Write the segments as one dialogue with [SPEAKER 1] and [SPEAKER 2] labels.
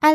[SPEAKER 1] 艾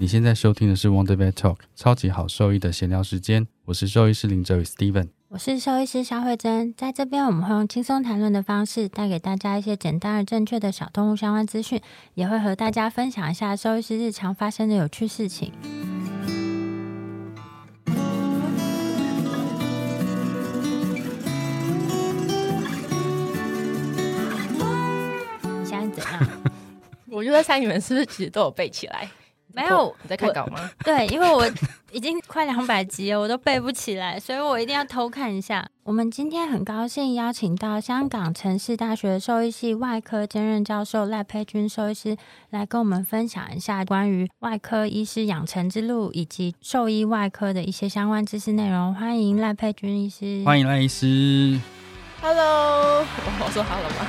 [SPEAKER 2] 你现在收听的是 Wonder Vet Talk 超级好兽医的闲聊时间，我是兽医师林哲宇 Steven。
[SPEAKER 1] 我是兽医师肖慧珍，在这边我们会用轻松谈论的方式，带给大家一些简单而正确的小动物相关资讯，也会和大家分享一下兽医师日常发生的有趣事 情。你现在怎样？
[SPEAKER 3] 我就在猜你们是不是其实都有背起来？
[SPEAKER 1] 没有
[SPEAKER 3] 你在看稿吗？
[SPEAKER 1] 对，因为我已经快两百集哦了，我都背不起来，所以我一定要偷看一下。我们今天很高兴邀请到香港城市大学兽医系外科兼任教授赖佩君兽医师来跟我们分享一下关于外科医师养成之路以及兽医外科的一些相关知识内容。欢迎赖佩君医师，
[SPEAKER 2] 嗯欢迎赖医师。
[SPEAKER 3] Hello，我我说 Hello 吗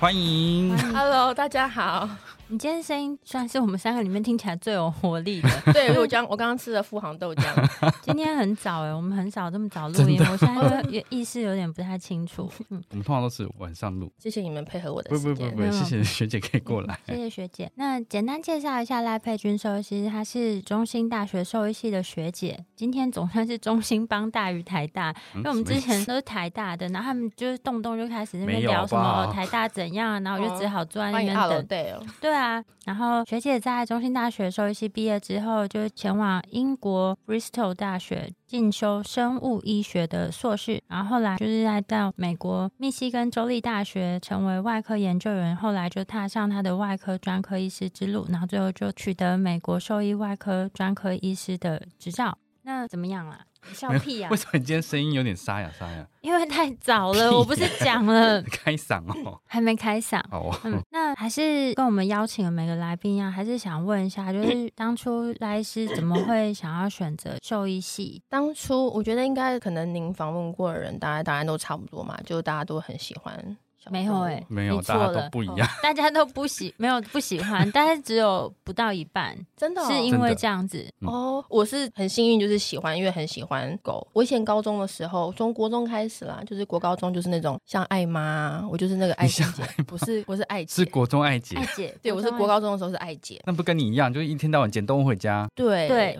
[SPEAKER 2] 欢迎，
[SPEAKER 3] ？Hello，大家 好。
[SPEAKER 1] 你今天声音算是我们三个里面听起来最有活力的。
[SPEAKER 3] 对我刚我刚刚吃了富航豆浆，
[SPEAKER 1] 今天很早哎、我们很少这么早录
[SPEAKER 2] 真
[SPEAKER 1] 音，我现在有意识有点不太清楚。嗯，
[SPEAKER 2] 我们通常都是晚上录，
[SPEAKER 3] 谢谢你们配合我的
[SPEAKER 2] 不
[SPEAKER 3] 时
[SPEAKER 2] 不不
[SPEAKER 3] 间。
[SPEAKER 2] 不，谢谢学姐可以过来。
[SPEAKER 1] 谢谢学姐。那简单介绍一下赖佩君兽医师，她是中兴大学兽医系的学姐。今天总算是中兴帮大于台大，
[SPEAKER 2] 嗯
[SPEAKER 1] 因为嗯我们之前都是台大的，然后他们就是动不动就开始那边
[SPEAKER 2] 没有
[SPEAKER 1] 聊什么
[SPEAKER 2] 吧
[SPEAKER 1] 哦台大怎样啊，然后我就只好坐在那
[SPEAKER 3] 哦欢迎
[SPEAKER 1] 边
[SPEAKER 3] Hello
[SPEAKER 1] 等。
[SPEAKER 3] Day 哦，
[SPEAKER 1] 对啊，然后学姐在中兴大学兽医系毕业之后，就前往英国 Bristol 大学进修生物医学的硕士，然后后来就是来到美国密西根州立大学成为外科研究员，后来就踏上她的外科专科医师之路，然后最后就取得美国兽医外科专科医师的执照。那怎么样啦？你笑屁呀、
[SPEAKER 2] 为什么你今天声音有点沙哑沙哑？
[SPEAKER 1] 因为太早了，
[SPEAKER 2] 屁
[SPEAKER 1] 我不是讲 了，
[SPEAKER 2] 开嗓哦，
[SPEAKER 1] 还没开嗓。
[SPEAKER 2] 好哦。
[SPEAKER 1] 嗯，那还是跟我们邀请的每个来宾一样，还是想问一下，就是
[SPEAKER 2] 嗯
[SPEAKER 1] 当初赖医师怎么会想要选择兽医系？
[SPEAKER 3] 当初我觉得应该可能您访问过的人，大家答案都差不多嘛，就大家都很喜欢小动物。
[SPEAKER 1] 没有哎、
[SPEAKER 2] 哦没有
[SPEAKER 1] 你错
[SPEAKER 2] 大家都
[SPEAKER 1] 了
[SPEAKER 2] 不一样
[SPEAKER 1] 哦大家都不喜，没有不喜欢，但是只有不到一半，
[SPEAKER 3] 真的哦
[SPEAKER 1] 是因
[SPEAKER 2] 真
[SPEAKER 1] 为
[SPEAKER 2] 的
[SPEAKER 1] 这样子。
[SPEAKER 2] 嗯
[SPEAKER 3] 哦，我是很幸运，就是喜欢，因为很喜欢狗。我以前高中的时候，从国中开始啦，就是国高中就是那种像爱妈，我就是那个爱
[SPEAKER 2] 你
[SPEAKER 3] 姐
[SPEAKER 2] 像
[SPEAKER 3] 姐，不是我是爱姐，
[SPEAKER 2] 是国中爱姐
[SPEAKER 1] 艾，姐，
[SPEAKER 3] 对我是
[SPEAKER 1] 中
[SPEAKER 3] 国高中的时候是爱姐，
[SPEAKER 2] 那不跟你一样，就是一天到晚捡动物回家。
[SPEAKER 3] 对
[SPEAKER 1] 对。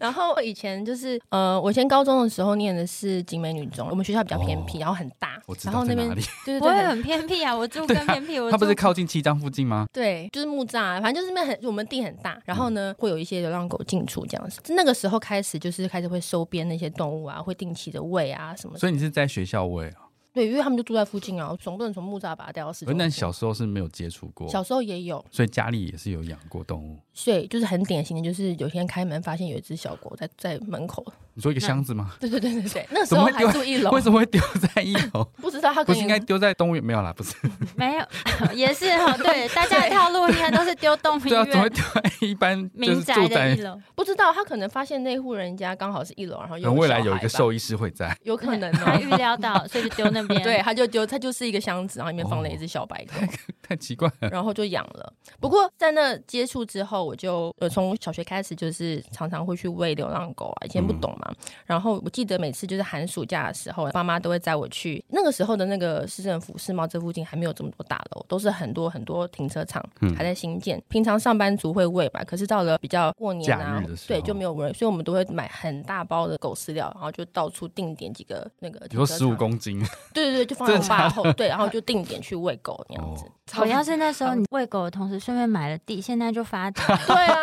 [SPEAKER 3] 然后以前就是呃，我以前高中的时候念的是景美女中，我们学校比较偏僻，
[SPEAKER 2] 哦
[SPEAKER 3] 然后很大
[SPEAKER 2] 我，知
[SPEAKER 3] 然后
[SPEAKER 2] 道在
[SPEAKER 3] 那边
[SPEAKER 2] 哪里，
[SPEAKER 3] 对对
[SPEAKER 1] 我
[SPEAKER 3] 对
[SPEAKER 1] 也
[SPEAKER 3] 很。
[SPEAKER 1] 很偏僻啊，我住
[SPEAKER 2] 对
[SPEAKER 1] 更
[SPEAKER 2] 啊
[SPEAKER 1] 偏 僻，我
[SPEAKER 2] 它不是
[SPEAKER 1] 住
[SPEAKER 2] 靠近七张附近吗？
[SPEAKER 3] 对，就是木栅、啊反正就是那边很，我们地很大，然后呢，
[SPEAKER 2] 嗯
[SPEAKER 3] 会有一些流浪狗进出这样子。那个时候开始，就是开始会收编那些动物啊，会定期的喂啊什么的。
[SPEAKER 2] 所以你是在学校喂啊？
[SPEAKER 3] 对，因为他们就住在附近啊，总不能从木栅把它带到市
[SPEAKER 2] 可是
[SPEAKER 3] 中
[SPEAKER 2] 那
[SPEAKER 3] 心。
[SPEAKER 2] 你小时候是没有接触过，
[SPEAKER 3] 小时候也有，
[SPEAKER 2] 所以家里也是有养过动物。
[SPEAKER 3] 所以就是很典型的，就是有一天开门发现有一只小狗在在门口。
[SPEAKER 2] 你说一个箱子吗？
[SPEAKER 3] 对对对对对，那时
[SPEAKER 2] 怎么
[SPEAKER 3] 候
[SPEAKER 2] 会
[SPEAKER 3] 还
[SPEAKER 2] 丢
[SPEAKER 3] 住一楼
[SPEAKER 2] 为，什么会丢在一楼？
[SPEAKER 3] 不知道它
[SPEAKER 2] 不
[SPEAKER 3] 可以
[SPEAKER 2] 是应该丢在动物园？没有啦，不是。
[SPEAKER 1] 没有，也是哦。对，大家的套路应该都是丢动物医
[SPEAKER 2] 对啊，怎么会
[SPEAKER 1] 院、
[SPEAKER 2] 丢在一般就
[SPEAKER 1] 民
[SPEAKER 2] 是
[SPEAKER 1] 宅
[SPEAKER 2] 住
[SPEAKER 1] 的
[SPEAKER 2] 宅
[SPEAKER 1] 一？ 楼。
[SPEAKER 3] 不知道，他可能发现那户人家刚好是一楼，然后
[SPEAKER 2] 可
[SPEAKER 3] 有
[SPEAKER 2] 能未来
[SPEAKER 3] 小
[SPEAKER 2] 有一
[SPEAKER 3] 孩
[SPEAKER 2] 个
[SPEAKER 3] 吧，
[SPEAKER 2] 兽医师会在。
[SPEAKER 3] 有可
[SPEAKER 2] 嗯
[SPEAKER 3] 能
[SPEAKER 1] 他
[SPEAKER 3] 哦。
[SPEAKER 1] 预料到，所以就丢那边。
[SPEAKER 3] 对，，他啊就丢，他就是一个箱子，然后里面放了一只小白狗，
[SPEAKER 2] 太奇怪 了，
[SPEAKER 3] 然后就养了。不过在那接触之后，我就呃从小学开始就是常常会去喂流浪狗啊，以前不懂嘛。然后我记得每次就是寒暑假的时候，爸妈都会载我去那个时候的那个市政府世贸这附近还没有这么多大楼，都是很多很多停车场
[SPEAKER 2] 嗯
[SPEAKER 3] 还在新建。平常上班族会喂嘛，可是到了比较过年
[SPEAKER 2] 假
[SPEAKER 3] 啊
[SPEAKER 2] 日的时，候
[SPEAKER 3] 对就没有人，所以我们都会买很大包的狗饲料，然后就到处定点几个那个
[SPEAKER 2] 你
[SPEAKER 3] 停
[SPEAKER 2] 说
[SPEAKER 3] 车场。
[SPEAKER 2] 十五公斤，
[SPEAKER 3] 对对对，就放在我
[SPEAKER 2] 真的假哦
[SPEAKER 3] 爸
[SPEAKER 2] 的
[SPEAKER 3] 后，对，然后就定点去喂狗那样子。
[SPEAKER 1] 我要是那时候你喂狗的同时顺便买了地，现在就发达。
[SPEAKER 3] 对啊，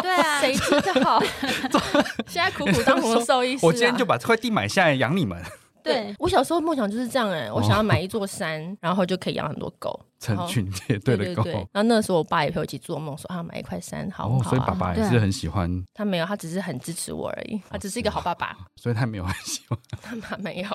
[SPEAKER 1] 对啊，
[SPEAKER 3] 谁知道？ 现在苦苦当红的兽医师、啊，
[SPEAKER 2] 我今天就把这块地买下来养你们，
[SPEAKER 1] 对
[SPEAKER 3] 我小时候梦想就是这样
[SPEAKER 2] 哦
[SPEAKER 3] 哎、我想要买一座山， 然后就可以养很多狗。
[SPEAKER 2] 成群结队
[SPEAKER 3] 对
[SPEAKER 2] 的
[SPEAKER 3] 对
[SPEAKER 2] 狗。
[SPEAKER 3] 对，然后那时候我爸也陪我一起做梦，说啊买一块山好不
[SPEAKER 2] 哦，
[SPEAKER 3] 好、啊
[SPEAKER 2] 所以爸哦爸也是很喜欢，
[SPEAKER 3] 他没有，他只是很支持我而已，他只是一个好爸 爸，
[SPEAKER 2] 所以他没有很喜欢。
[SPEAKER 3] 他妈没 有。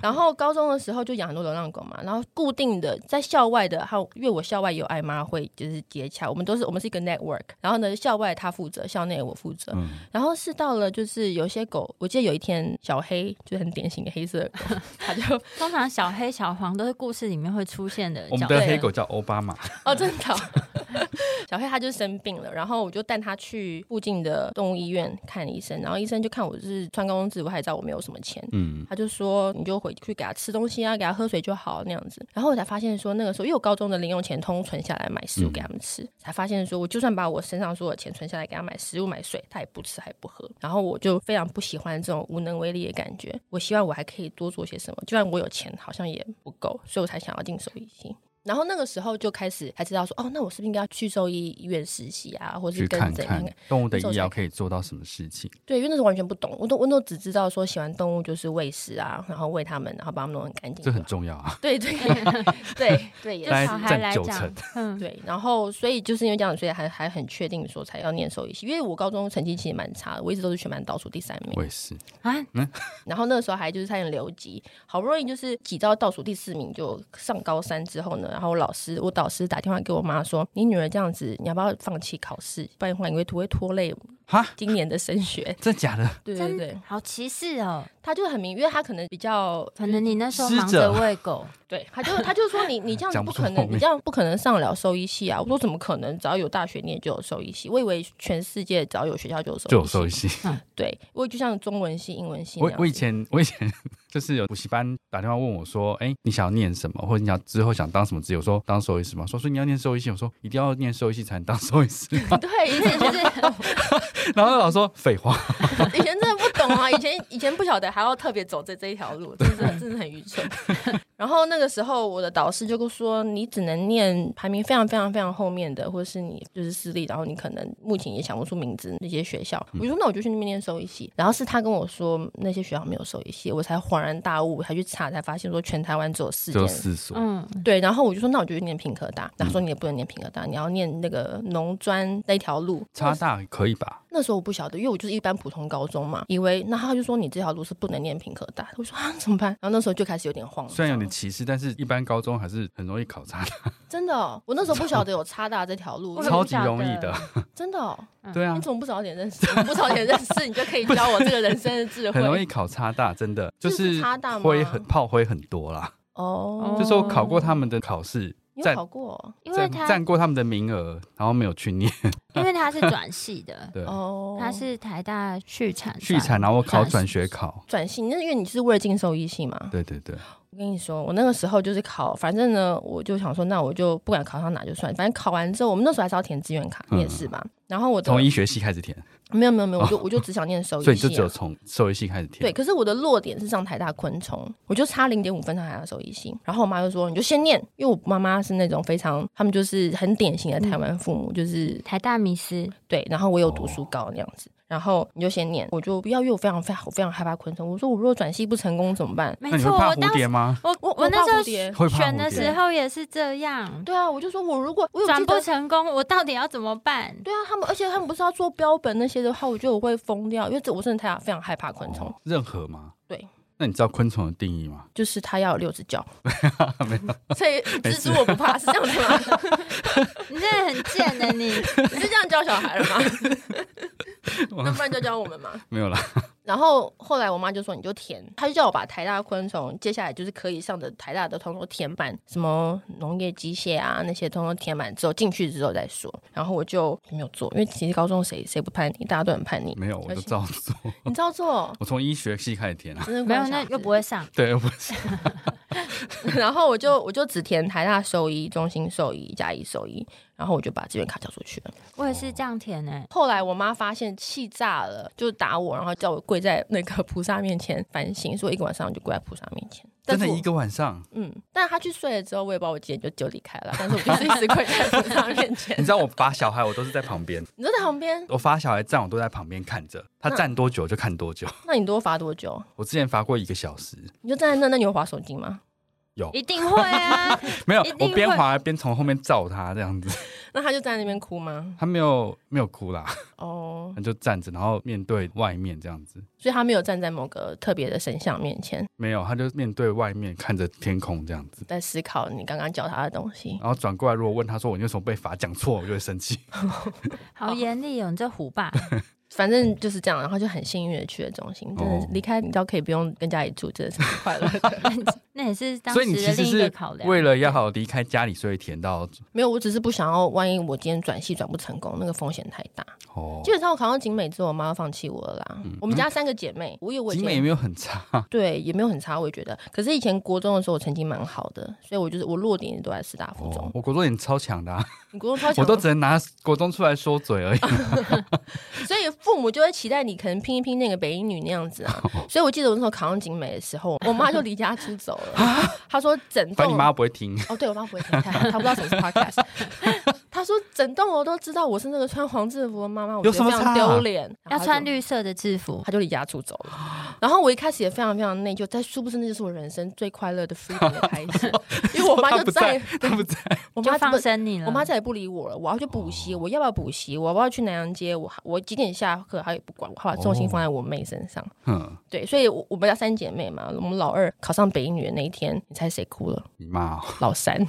[SPEAKER 3] 然后高中的时候就养很多流浪狗嘛，然后固定的在校外的，还有因为我校外有爱妈会就是接洽，我们都是我们是一个 network，然后呢校外他负责，校内我负责，
[SPEAKER 2] 嗯，
[SPEAKER 3] 然后是到了就是有些狗，我记得有一天小黑就是很典型的黑色的狗， 它就
[SPEAKER 1] 通常小黑、小黄都是故事里面会出现的
[SPEAKER 2] 我们
[SPEAKER 1] 角
[SPEAKER 2] 的
[SPEAKER 1] 色。
[SPEAKER 2] 黑狗叫奥巴马，
[SPEAKER 3] 哦，真的哦、 小黑他就生病了，然后我就带他去附近的动物医院看医生，然后医生就看我是穿高中制服，还知道我没有什么钱。
[SPEAKER 2] 嗯，
[SPEAKER 3] 他就说，你就回去给他吃东西啊，给他喝水就好那样子。然后我才发现说，那个时候因为我高中的零用钱通存下来买食
[SPEAKER 2] 嗯
[SPEAKER 3] 物给他们吃，才发现说，我就算把我身上所有钱存下来给他买食物买水，他也不吃还不喝。然后我就非常不喜欢这种无能为力的感觉。我希望我还可以多做些什么，就算我有钱，好像也不够，所以我才想要进兽医系。然后那个时候就开始才知道说，哦，那我是不是应该要去兽医医院实习啊，或是
[SPEAKER 2] 去
[SPEAKER 3] 跟
[SPEAKER 2] 看
[SPEAKER 3] 怎样
[SPEAKER 2] 看？动物的医疗可以做到什么事情。
[SPEAKER 3] 对，因为那时候完全不懂，我都我都只知道说喜欢动物就是喂食啊，然后喂它们，然后把它们弄得很干净
[SPEAKER 2] 这
[SPEAKER 3] 就好。
[SPEAKER 2] 很重要啊！
[SPEAKER 3] 对对对对也
[SPEAKER 1] 就是
[SPEAKER 2] 大概
[SPEAKER 1] 小孩来
[SPEAKER 2] 占九
[SPEAKER 1] 讲
[SPEAKER 2] 成，
[SPEAKER 1] 嗯，
[SPEAKER 3] 对，然后所以就是因为这样，所以还还很确定说才要念兽医系，因为我高中成绩其实蛮差的，我一直都是全班倒数第三名
[SPEAKER 2] 我，也是，
[SPEAKER 1] 啊，
[SPEAKER 2] 嗯
[SPEAKER 3] 然后那个时候还就是差点留级，好不容易就是挤到倒数第四名，就上高三之后呢，然后我老师我导师打电话给我妈说，你女儿这样子，你要不要放弃考试？不然的话你会会拖累
[SPEAKER 2] 哈，。
[SPEAKER 3] 今年的升学
[SPEAKER 2] 真假的？
[SPEAKER 3] 对对
[SPEAKER 1] 真
[SPEAKER 3] 对，
[SPEAKER 1] 好歧视哦。
[SPEAKER 3] 他就很明，因为他可能比较
[SPEAKER 1] 可能你那时候忙
[SPEAKER 2] 施者
[SPEAKER 1] 着喂 狗，
[SPEAKER 3] 对，他就他就说你你这样子
[SPEAKER 2] 讲不
[SPEAKER 3] 不
[SPEAKER 2] 出
[SPEAKER 3] 可
[SPEAKER 2] 后
[SPEAKER 3] 能，
[SPEAKER 2] 面
[SPEAKER 3] 你这样不可能上得了兽医系啊！我说怎么可能？只要有大学念就有兽医系，我以为全世界只要有学校就有兽医系。
[SPEAKER 2] 就有兽医系。
[SPEAKER 3] 对，我就像中文系、英文系那
[SPEAKER 2] 我
[SPEAKER 3] 样子。
[SPEAKER 2] 我以前我以前 就是有补习班打电话问我说：“哎、你想要念什么？或者你想之后想当什么职业？”我说：“当兽医师嘛。”说：“所以你要念兽医系？”我说：“一定要念兽医系才能当 兽医师嘛。
[SPEAKER 3] 对 以前就是
[SPEAKER 2] 然后老师说：“ 废话，
[SPEAKER 3] 以前真的不懂啊，以前以前不晓得还要特别走这这一条路，真的真的很愚蠢。 然后那个时候我的导师就说，你只能念排名非常非常非常后面的，或者是你就是私立，然后你可能目前也想不出名字那些学校。我就说那我就去那边念兽医系。然后是他跟我说那些学校没有兽医系，我才恍然大悟，我才去查才发现说全台湾只有四
[SPEAKER 2] 就
[SPEAKER 3] 间
[SPEAKER 2] 四所。
[SPEAKER 1] 嗯，
[SPEAKER 3] 对，然后我就说，那我就去念平科大。然后他说你也不能念平科大，你要念那个农专那一条路。
[SPEAKER 2] 差大可以吧？
[SPEAKER 3] 那时候我不晓得，因为我就是一般普通高中嘛，以为那他就说你这条路是不能念平科大，我说啊怎么办？然后那时候就开始有点慌张，
[SPEAKER 2] 虽然有点歧视，但是一般高中还是很容易考差大，
[SPEAKER 3] 真的哦、我那时候不晓得有差大这条路
[SPEAKER 1] 我，很
[SPEAKER 2] 超级容易的。
[SPEAKER 3] 真的、哦，
[SPEAKER 2] 对啊
[SPEAKER 3] 你，怎么不早点认识？不早点认识，你就可以教我这个人生的 智
[SPEAKER 2] 很容易
[SPEAKER 3] 慧。
[SPEAKER 2] 考差大，真的就是是
[SPEAKER 3] 嗯差大吗
[SPEAKER 2] 灰很炮灰很多啦。
[SPEAKER 3] 哦，
[SPEAKER 2] 就是我考过他们的考试，
[SPEAKER 3] 你有
[SPEAKER 2] 占
[SPEAKER 3] 考过哦
[SPEAKER 1] 因为
[SPEAKER 2] 占
[SPEAKER 1] 他
[SPEAKER 2] 占过他们的名额，然后没有去念。，
[SPEAKER 1] 因为他是转系的
[SPEAKER 2] 对，
[SPEAKER 3] 哦？
[SPEAKER 1] 他是台大续产
[SPEAKER 2] 续产，哦
[SPEAKER 1] 专
[SPEAKER 2] 然后我考转学考。
[SPEAKER 3] 转系，那因为你是为了进兽医系嘛？
[SPEAKER 2] 对对对，
[SPEAKER 3] 我跟你说，我那个时候就是考，反正呢，我就想说，那我就不管考上哪就算，反正考完之后，我们那时候还是要填志愿卡，
[SPEAKER 2] 嗯
[SPEAKER 3] 你也是吧？然后我的
[SPEAKER 2] 从医学系开始填，
[SPEAKER 3] 没有没有没有，我就我就只 想念兽医系、
[SPEAKER 2] 哦所以
[SPEAKER 3] 啊，
[SPEAKER 2] 你就只有从兽医系开始
[SPEAKER 3] 对，
[SPEAKER 2] 填。
[SPEAKER 3] 可是我的落点是上台大昆虫，我就差零点五分上台大兽医系。然后我妈就说：“你就先念。”因为我妈妈是那种非常，他们就是很典型的台湾父母，就是
[SPEAKER 1] 台大迷失，
[SPEAKER 3] 对。然后我有读书高那样子，然后你就先念，我就不要，因为我非常非常我非常害怕昆虫。我说我如果转系不成功怎么办？
[SPEAKER 1] 没
[SPEAKER 2] 那你会
[SPEAKER 1] 错，
[SPEAKER 2] 怕
[SPEAKER 1] 我
[SPEAKER 2] 蝴
[SPEAKER 1] 当
[SPEAKER 2] 蝶
[SPEAKER 1] 时
[SPEAKER 2] 吗？
[SPEAKER 1] 我
[SPEAKER 3] 我
[SPEAKER 1] 我那
[SPEAKER 3] 怕蝴
[SPEAKER 1] 时
[SPEAKER 3] 蝶
[SPEAKER 2] 会
[SPEAKER 1] 候
[SPEAKER 2] 怕
[SPEAKER 1] 选的
[SPEAKER 2] 蝴蝶
[SPEAKER 1] 时候也是这样，
[SPEAKER 3] 对啊，我就说我如果我有记
[SPEAKER 1] 转
[SPEAKER 3] 得
[SPEAKER 1] 不成功，我到底要怎么办？
[SPEAKER 3] 对啊，他们而且他们不是要做标本那些的话，我觉得我会疯掉，因为这我真的太非常害怕昆虫，
[SPEAKER 2] 哦任何吗？
[SPEAKER 3] 对。
[SPEAKER 2] 那你知道昆虫的定义吗？
[SPEAKER 3] 就是它要有六 只脚，所以蜘蛛我不怕，是这样子吗？
[SPEAKER 1] 你真的很贱的你，
[SPEAKER 3] 你是这样教小孩了吗？那不然就教我们嘛。
[SPEAKER 2] 没有 啦，
[SPEAKER 3] 然后后来我妈就说你就填，她就叫我把台大昆虫接下来就是可以上的台大的通通填满，什么农业机械啊那些通通填满之后进去之后再说。然后我就没有做，因为其实高中谁谁不叛逆，大家都很叛逆。
[SPEAKER 2] 没有，我
[SPEAKER 3] 而
[SPEAKER 2] 都
[SPEAKER 3] 且
[SPEAKER 2] 照做。
[SPEAKER 3] 你知道做，
[SPEAKER 2] 我从医学系开始填啊。
[SPEAKER 3] 真的
[SPEAKER 1] 没有
[SPEAKER 3] 乖
[SPEAKER 1] 那
[SPEAKER 3] 小
[SPEAKER 1] 又
[SPEAKER 3] 子
[SPEAKER 1] 不会上，
[SPEAKER 2] 对，我是
[SPEAKER 3] 然后我就我就只填台大兽医、中心兽医、嘉义兽医，然后我就把志愿卡交出去了。
[SPEAKER 1] 我也是这样填欸诶、
[SPEAKER 3] 后来我妈发现气炸了，就打我，然后叫我跪在那个菩萨面前反省，所以我一个晚上我就跪在菩萨面前。 但
[SPEAKER 2] 真
[SPEAKER 3] 是
[SPEAKER 2] 的
[SPEAKER 3] 我
[SPEAKER 2] 一个晚上。
[SPEAKER 3] 嗯，但他去睡了之后，我也不知道我几点就就离开了，但是我就是一直跪在菩萨面前
[SPEAKER 2] 你。知道我把小孩，我都是在旁边，
[SPEAKER 3] 你就在旁边，
[SPEAKER 2] 我发小孩站，我都在旁边看着，他
[SPEAKER 3] 那
[SPEAKER 2] 站多久就看多久。
[SPEAKER 3] 那你多罚多久？
[SPEAKER 2] 我之前罚过一个小时，
[SPEAKER 3] 你就站在那，那你有划手机吗？
[SPEAKER 2] 有
[SPEAKER 1] 一定会啊，
[SPEAKER 2] 没有
[SPEAKER 1] 一定？
[SPEAKER 2] 我
[SPEAKER 1] 会
[SPEAKER 2] 边滑边从后面照他这样子，
[SPEAKER 3] 那他就站在那边哭吗？
[SPEAKER 2] 他没有没有哭啦，
[SPEAKER 3] 哦、
[SPEAKER 2] 他就站着，然后面对外面这样子，
[SPEAKER 3] 所以他没有站在某个特别的神像面前，
[SPEAKER 2] 没有，他就面对外面看着天空这样子。
[SPEAKER 3] 在思考你刚刚教他的东西。
[SPEAKER 2] 然后转过来，如果问他说我为什么被罚，讲错我就会生气。
[SPEAKER 1] 好严厉哦，你这虎爸。
[SPEAKER 3] 反正就是这样，然后就很幸运的去了中心，真的
[SPEAKER 2] 哦
[SPEAKER 3] 是离开你到可以不用跟家里住，真的是很快乐的。
[SPEAKER 1] 那也是当
[SPEAKER 2] 所
[SPEAKER 1] 时
[SPEAKER 2] 以你其
[SPEAKER 1] 的
[SPEAKER 2] 实
[SPEAKER 1] 另一个
[SPEAKER 2] 是
[SPEAKER 1] 考量。
[SPEAKER 2] 为了要离开家里，所以填到
[SPEAKER 3] 没有，我只是不想要，万一我今天转系转不成功，那个风险太大。
[SPEAKER 2] 哦
[SPEAKER 3] 基，本上我考上景美之后，我妈要放弃我了啦。我们家三个姐妹，我有我
[SPEAKER 2] 嗯
[SPEAKER 3] 姐
[SPEAKER 2] 景美也没有很差，
[SPEAKER 3] 对，也没有很差，我也觉得。可是以前国中的时候，我成绩蛮好的，所以我就是我落点也都在师大附中。
[SPEAKER 2] 哦我国中也超强的、啊，
[SPEAKER 3] 你国中超强哦
[SPEAKER 2] 我
[SPEAKER 3] 吗，
[SPEAKER 2] 都只能拿国中出来说嘴而已。
[SPEAKER 3] 所以父母就会期待你可能拼一拼那个北英女那样子 啊。所以我记得我那时候考上景美的时候，我妈就离家出走了。她说整
[SPEAKER 2] 啊反正你
[SPEAKER 3] 栋
[SPEAKER 2] 妈不会听，
[SPEAKER 3] 哦，对我妈不会听，她她不知道什么是 podcast。她说整栋楼都知道我是那个穿黄制服的妈妈，我
[SPEAKER 2] 有什
[SPEAKER 3] 觉得
[SPEAKER 2] 么
[SPEAKER 3] 非
[SPEAKER 2] 差
[SPEAKER 3] 常
[SPEAKER 2] 啊
[SPEAKER 3] 丢脸。
[SPEAKER 1] 要
[SPEAKER 3] 然后她
[SPEAKER 1] 穿
[SPEAKER 3] 就
[SPEAKER 1] 绿色的制服，
[SPEAKER 3] 他就离家出走了。然后我一开始也非常非常内疚，但殊不知那就是我人生最快乐的 freedom 的开 始，因为我妈
[SPEAKER 2] 她
[SPEAKER 3] 就
[SPEAKER 2] 不
[SPEAKER 3] 再
[SPEAKER 2] 在，她不在，
[SPEAKER 3] 我
[SPEAKER 1] 就
[SPEAKER 3] 妈
[SPEAKER 1] 放
[SPEAKER 3] 不
[SPEAKER 1] 生你了。
[SPEAKER 3] 我妈再也不理我了。我要去补习，我要不要补习？我要不要去南洋街？我我几点下课？她也不管，我把重心放在我妹身上。
[SPEAKER 2] 嗯，
[SPEAKER 3] 对，所以我我们家三姐妹嘛，我们老二考上北一女的那一天，你猜谁哭了？
[SPEAKER 2] 你妈、哦。
[SPEAKER 3] 老三。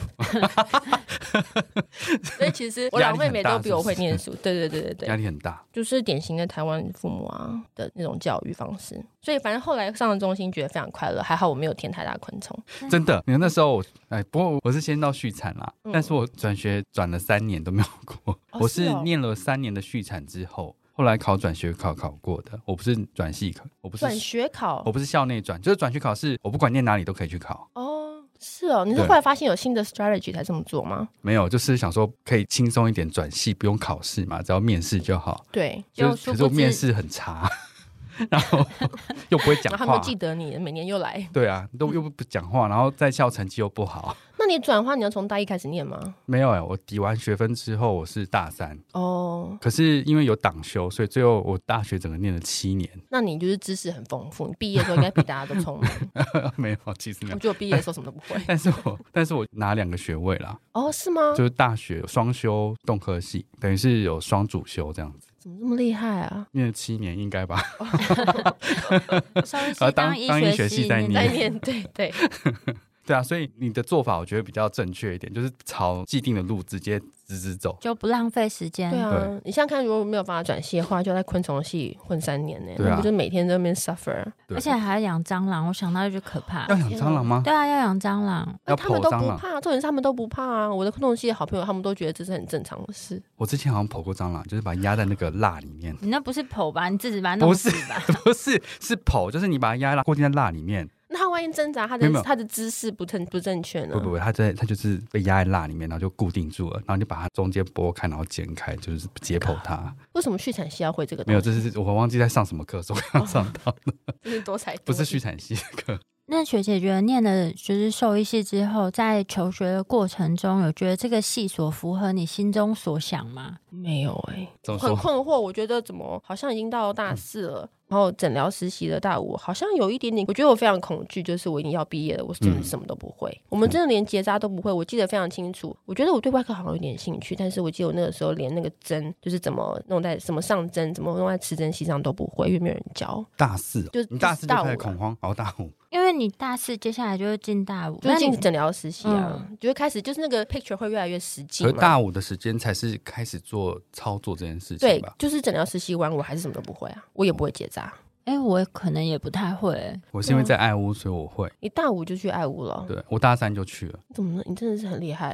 [SPEAKER 3] 所以其实我
[SPEAKER 2] 压
[SPEAKER 3] 两
[SPEAKER 2] 力
[SPEAKER 3] 妹
[SPEAKER 2] 很
[SPEAKER 3] 妹
[SPEAKER 2] 大
[SPEAKER 3] 都比我
[SPEAKER 2] 是不
[SPEAKER 3] 会
[SPEAKER 2] 是
[SPEAKER 3] 念书。对对对对对
[SPEAKER 2] 压。力很大。
[SPEAKER 3] 就是典型的台湾父母啊的那种教育方式，所以反正后来上了中心，觉得非常快乐。还好我没有填太大昆虫，
[SPEAKER 2] 真的，你看那时候我哎，不过我是先到续产啦，
[SPEAKER 3] 嗯
[SPEAKER 2] 但是我转学转了三年都没有过，
[SPEAKER 3] 哦
[SPEAKER 2] 我
[SPEAKER 3] 是
[SPEAKER 2] 是
[SPEAKER 3] 哦
[SPEAKER 2] 念了三年的续产之后，后来考转学考考过的，我不是转系考，我不是
[SPEAKER 3] 转学考
[SPEAKER 2] 我不是校内转，就是转学考试，我不管念哪里都可以去考，
[SPEAKER 3] 哦，是哦，你是
[SPEAKER 2] 对
[SPEAKER 3] 后来发现有新的 strategy 才这么做吗？
[SPEAKER 2] 没有，就是想说可以轻松一点转系，不用考试嘛，只要面试就好。
[SPEAKER 3] 对，
[SPEAKER 1] 就
[SPEAKER 2] 就是
[SPEAKER 1] 殊
[SPEAKER 2] 可是我
[SPEAKER 1] 不
[SPEAKER 2] 面
[SPEAKER 1] 知
[SPEAKER 2] 试很差， 然 后又不会讲
[SPEAKER 3] 然后他们
[SPEAKER 2] 话
[SPEAKER 3] 又，记得你，每年又来。
[SPEAKER 2] 对啊，都又不不讲话，然后在校成绩又不好。
[SPEAKER 3] 那你转换你要从大一开始念吗？
[SPEAKER 2] 没有哎、我抵完学分之后我是大三，
[SPEAKER 3] 哦，
[SPEAKER 2] 可是因为有党修，所以最后我大学整个念了七年，
[SPEAKER 3] 那你就是知识很丰富，你毕业的时候应该比大家都聪 明。
[SPEAKER 2] 没有，其实没
[SPEAKER 3] 我
[SPEAKER 2] 有。
[SPEAKER 3] 觉得我毕业的时候什么都不 会。
[SPEAKER 2] 但是我但是我拿两个学位啦，
[SPEAKER 3] 哦，是吗？
[SPEAKER 2] 就是大学有双修动科系，等于是有双主修这样子，
[SPEAKER 3] 怎么这么厉害啊？
[SPEAKER 2] 念了七年应该吧？
[SPEAKER 1] 稍微
[SPEAKER 2] 呃
[SPEAKER 1] 是
[SPEAKER 2] 当
[SPEAKER 1] 医
[SPEAKER 2] 当医
[SPEAKER 1] 学
[SPEAKER 2] 学系
[SPEAKER 1] 系
[SPEAKER 2] 在
[SPEAKER 1] 念
[SPEAKER 2] 念
[SPEAKER 3] 在
[SPEAKER 1] 的
[SPEAKER 3] 念，对对，
[SPEAKER 2] 对啊，所以你的做法我觉得比较正确一点，就是朝既定的路直接直直走。
[SPEAKER 1] 就不浪费时间。
[SPEAKER 3] 对啊
[SPEAKER 2] 对，
[SPEAKER 3] 你想想看，如果没有办法转系的话，就在昆虫系混三年呢、
[SPEAKER 2] 对啊
[SPEAKER 3] 那不就每天在那边 suffer？
[SPEAKER 2] 对
[SPEAKER 1] 而且还要养蟑螂，我想到就可怕
[SPEAKER 2] 要。养蟑螂吗？
[SPEAKER 1] 对啊，要养蟑螂，
[SPEAKER 2] 要
[SPEAKER 3] 嗯他们
[SPEAKER 2] 剖
[SPEAKER 3] 都
[SPEAKER 2] 蟑
[SPEAKER 3] 不
[SPEAKER 2] 螂？
[SPEAKER 3] 怕，重点是他们都不怕啊！我的昆虫系的好朋友，他们都觉得这是很正常的事。
[SPEAKER 2] 我之前好像剖过蟑螂，就是把它压在那个蜡里面。
[SPEAKER 1] 你那不是剖吧？你自己把它
[SPEAKER 2] 不
[SPEAKER 1] 弄
[SPEAKER 2] 是
[SPEAKER 1] 死吧？
[SPEAKER 2] 不是，是剖，就是你把它压在固定在蜡里面。
[SPEAKER 3] 那他万一挣扎，他
[SPEAKER 2] 没有没
[SPEAKER 3] 的
[SPEAKER 2] 有
[SPEAKER 3] 他的姿势不正不正确呢
[SPEAKER 2] 不？不不，它在它就是被压在蜡里面，然后就固定住了，然后你就把它中间剥开，然后剪开，就是解剖它。
[SPEAKER 3] 为什么续产系要会这个
[SPEAKER 2] 没有，
[SPEAKER 3] 东西？
[SPEAKER 2] 这是我忘记在上什么课，所以我刚上
[SPEAKER 3] 哦
[SPEAKER 2] 到的，
[SPEAKER 3] 这是多才多艺
[SPEAKER 2] 不是续产系的课。
[SPEAKER 1] 那学姐觉得念了就是兽医系之后，在求学的过程中，有觉得这个系所符合你心中所想吗？
[SPEAKER 3] 没有哎、
[SPEAKER 2] 怎么
[SPEAKER 3] 很
[SPEAKER 2] 说？嗯
[SPEAKER 3] 困惑。我觉得怎么好像已经到大四了，然后诊疗实习的大五，好像有一点点，我觉得我非常恐惧，就是我已经要毕业了，我
[SPEAKER 2] 嗯
[SPEAKER 3] 真的什么都不会，我们真的连结扎都不会。我记得非常清楚，我觉得我对外科好像有点兴趣，但是我记得我那个时候连那个针就是怎么弄在怎么上针，怎么弄在持针席上都不会，因为没有人教。
[SPEAKER 2] 大四哦，
[SPEAKER 3] 就
[SPEAKER 2] 你大四就
[SPEAKER 3] 就是大五啊
[SPEAKER 2] 开始
[SPEAKER 3] 了
[SPEAKER 2] 恐慌，哦，大五
[SPEAKER 1] 因为你大四接下来就会进大五，
[SPEAKER 3] 就是
[SPEAKER 1] 那
[SPEAKER 3] 进
[SPEAKER 1] 你嗯
[SPEAKER 3] 诊疗实习啊，就会开始就是那个 picture 会越来越实际
[SPEAKER 2] 可是
[SPEAKER 3] 嘛。
[SPEAKER 2] 大五的时间才是开始做操作这件事情
[SPEAKER 3] 对
[SPEAKER 2] 吧，？
[SPEAKER 3] 就是诊疗实习完，我还是什么都不会啊，我也不会结扎。
[SPEAKER 1] 哎、我可能也不太会、
[SPEAKER 2] 我
[SPEAKER 3] 嗯
[SPEAKER 2] 是因为在爱屋，所以我会。
[SPEAKER 3] 你大五就去爱屋了，
[SPEAKER 2] 对我大三就去了，
[SPEAKER 3] 怎么了？你真的是很厉害，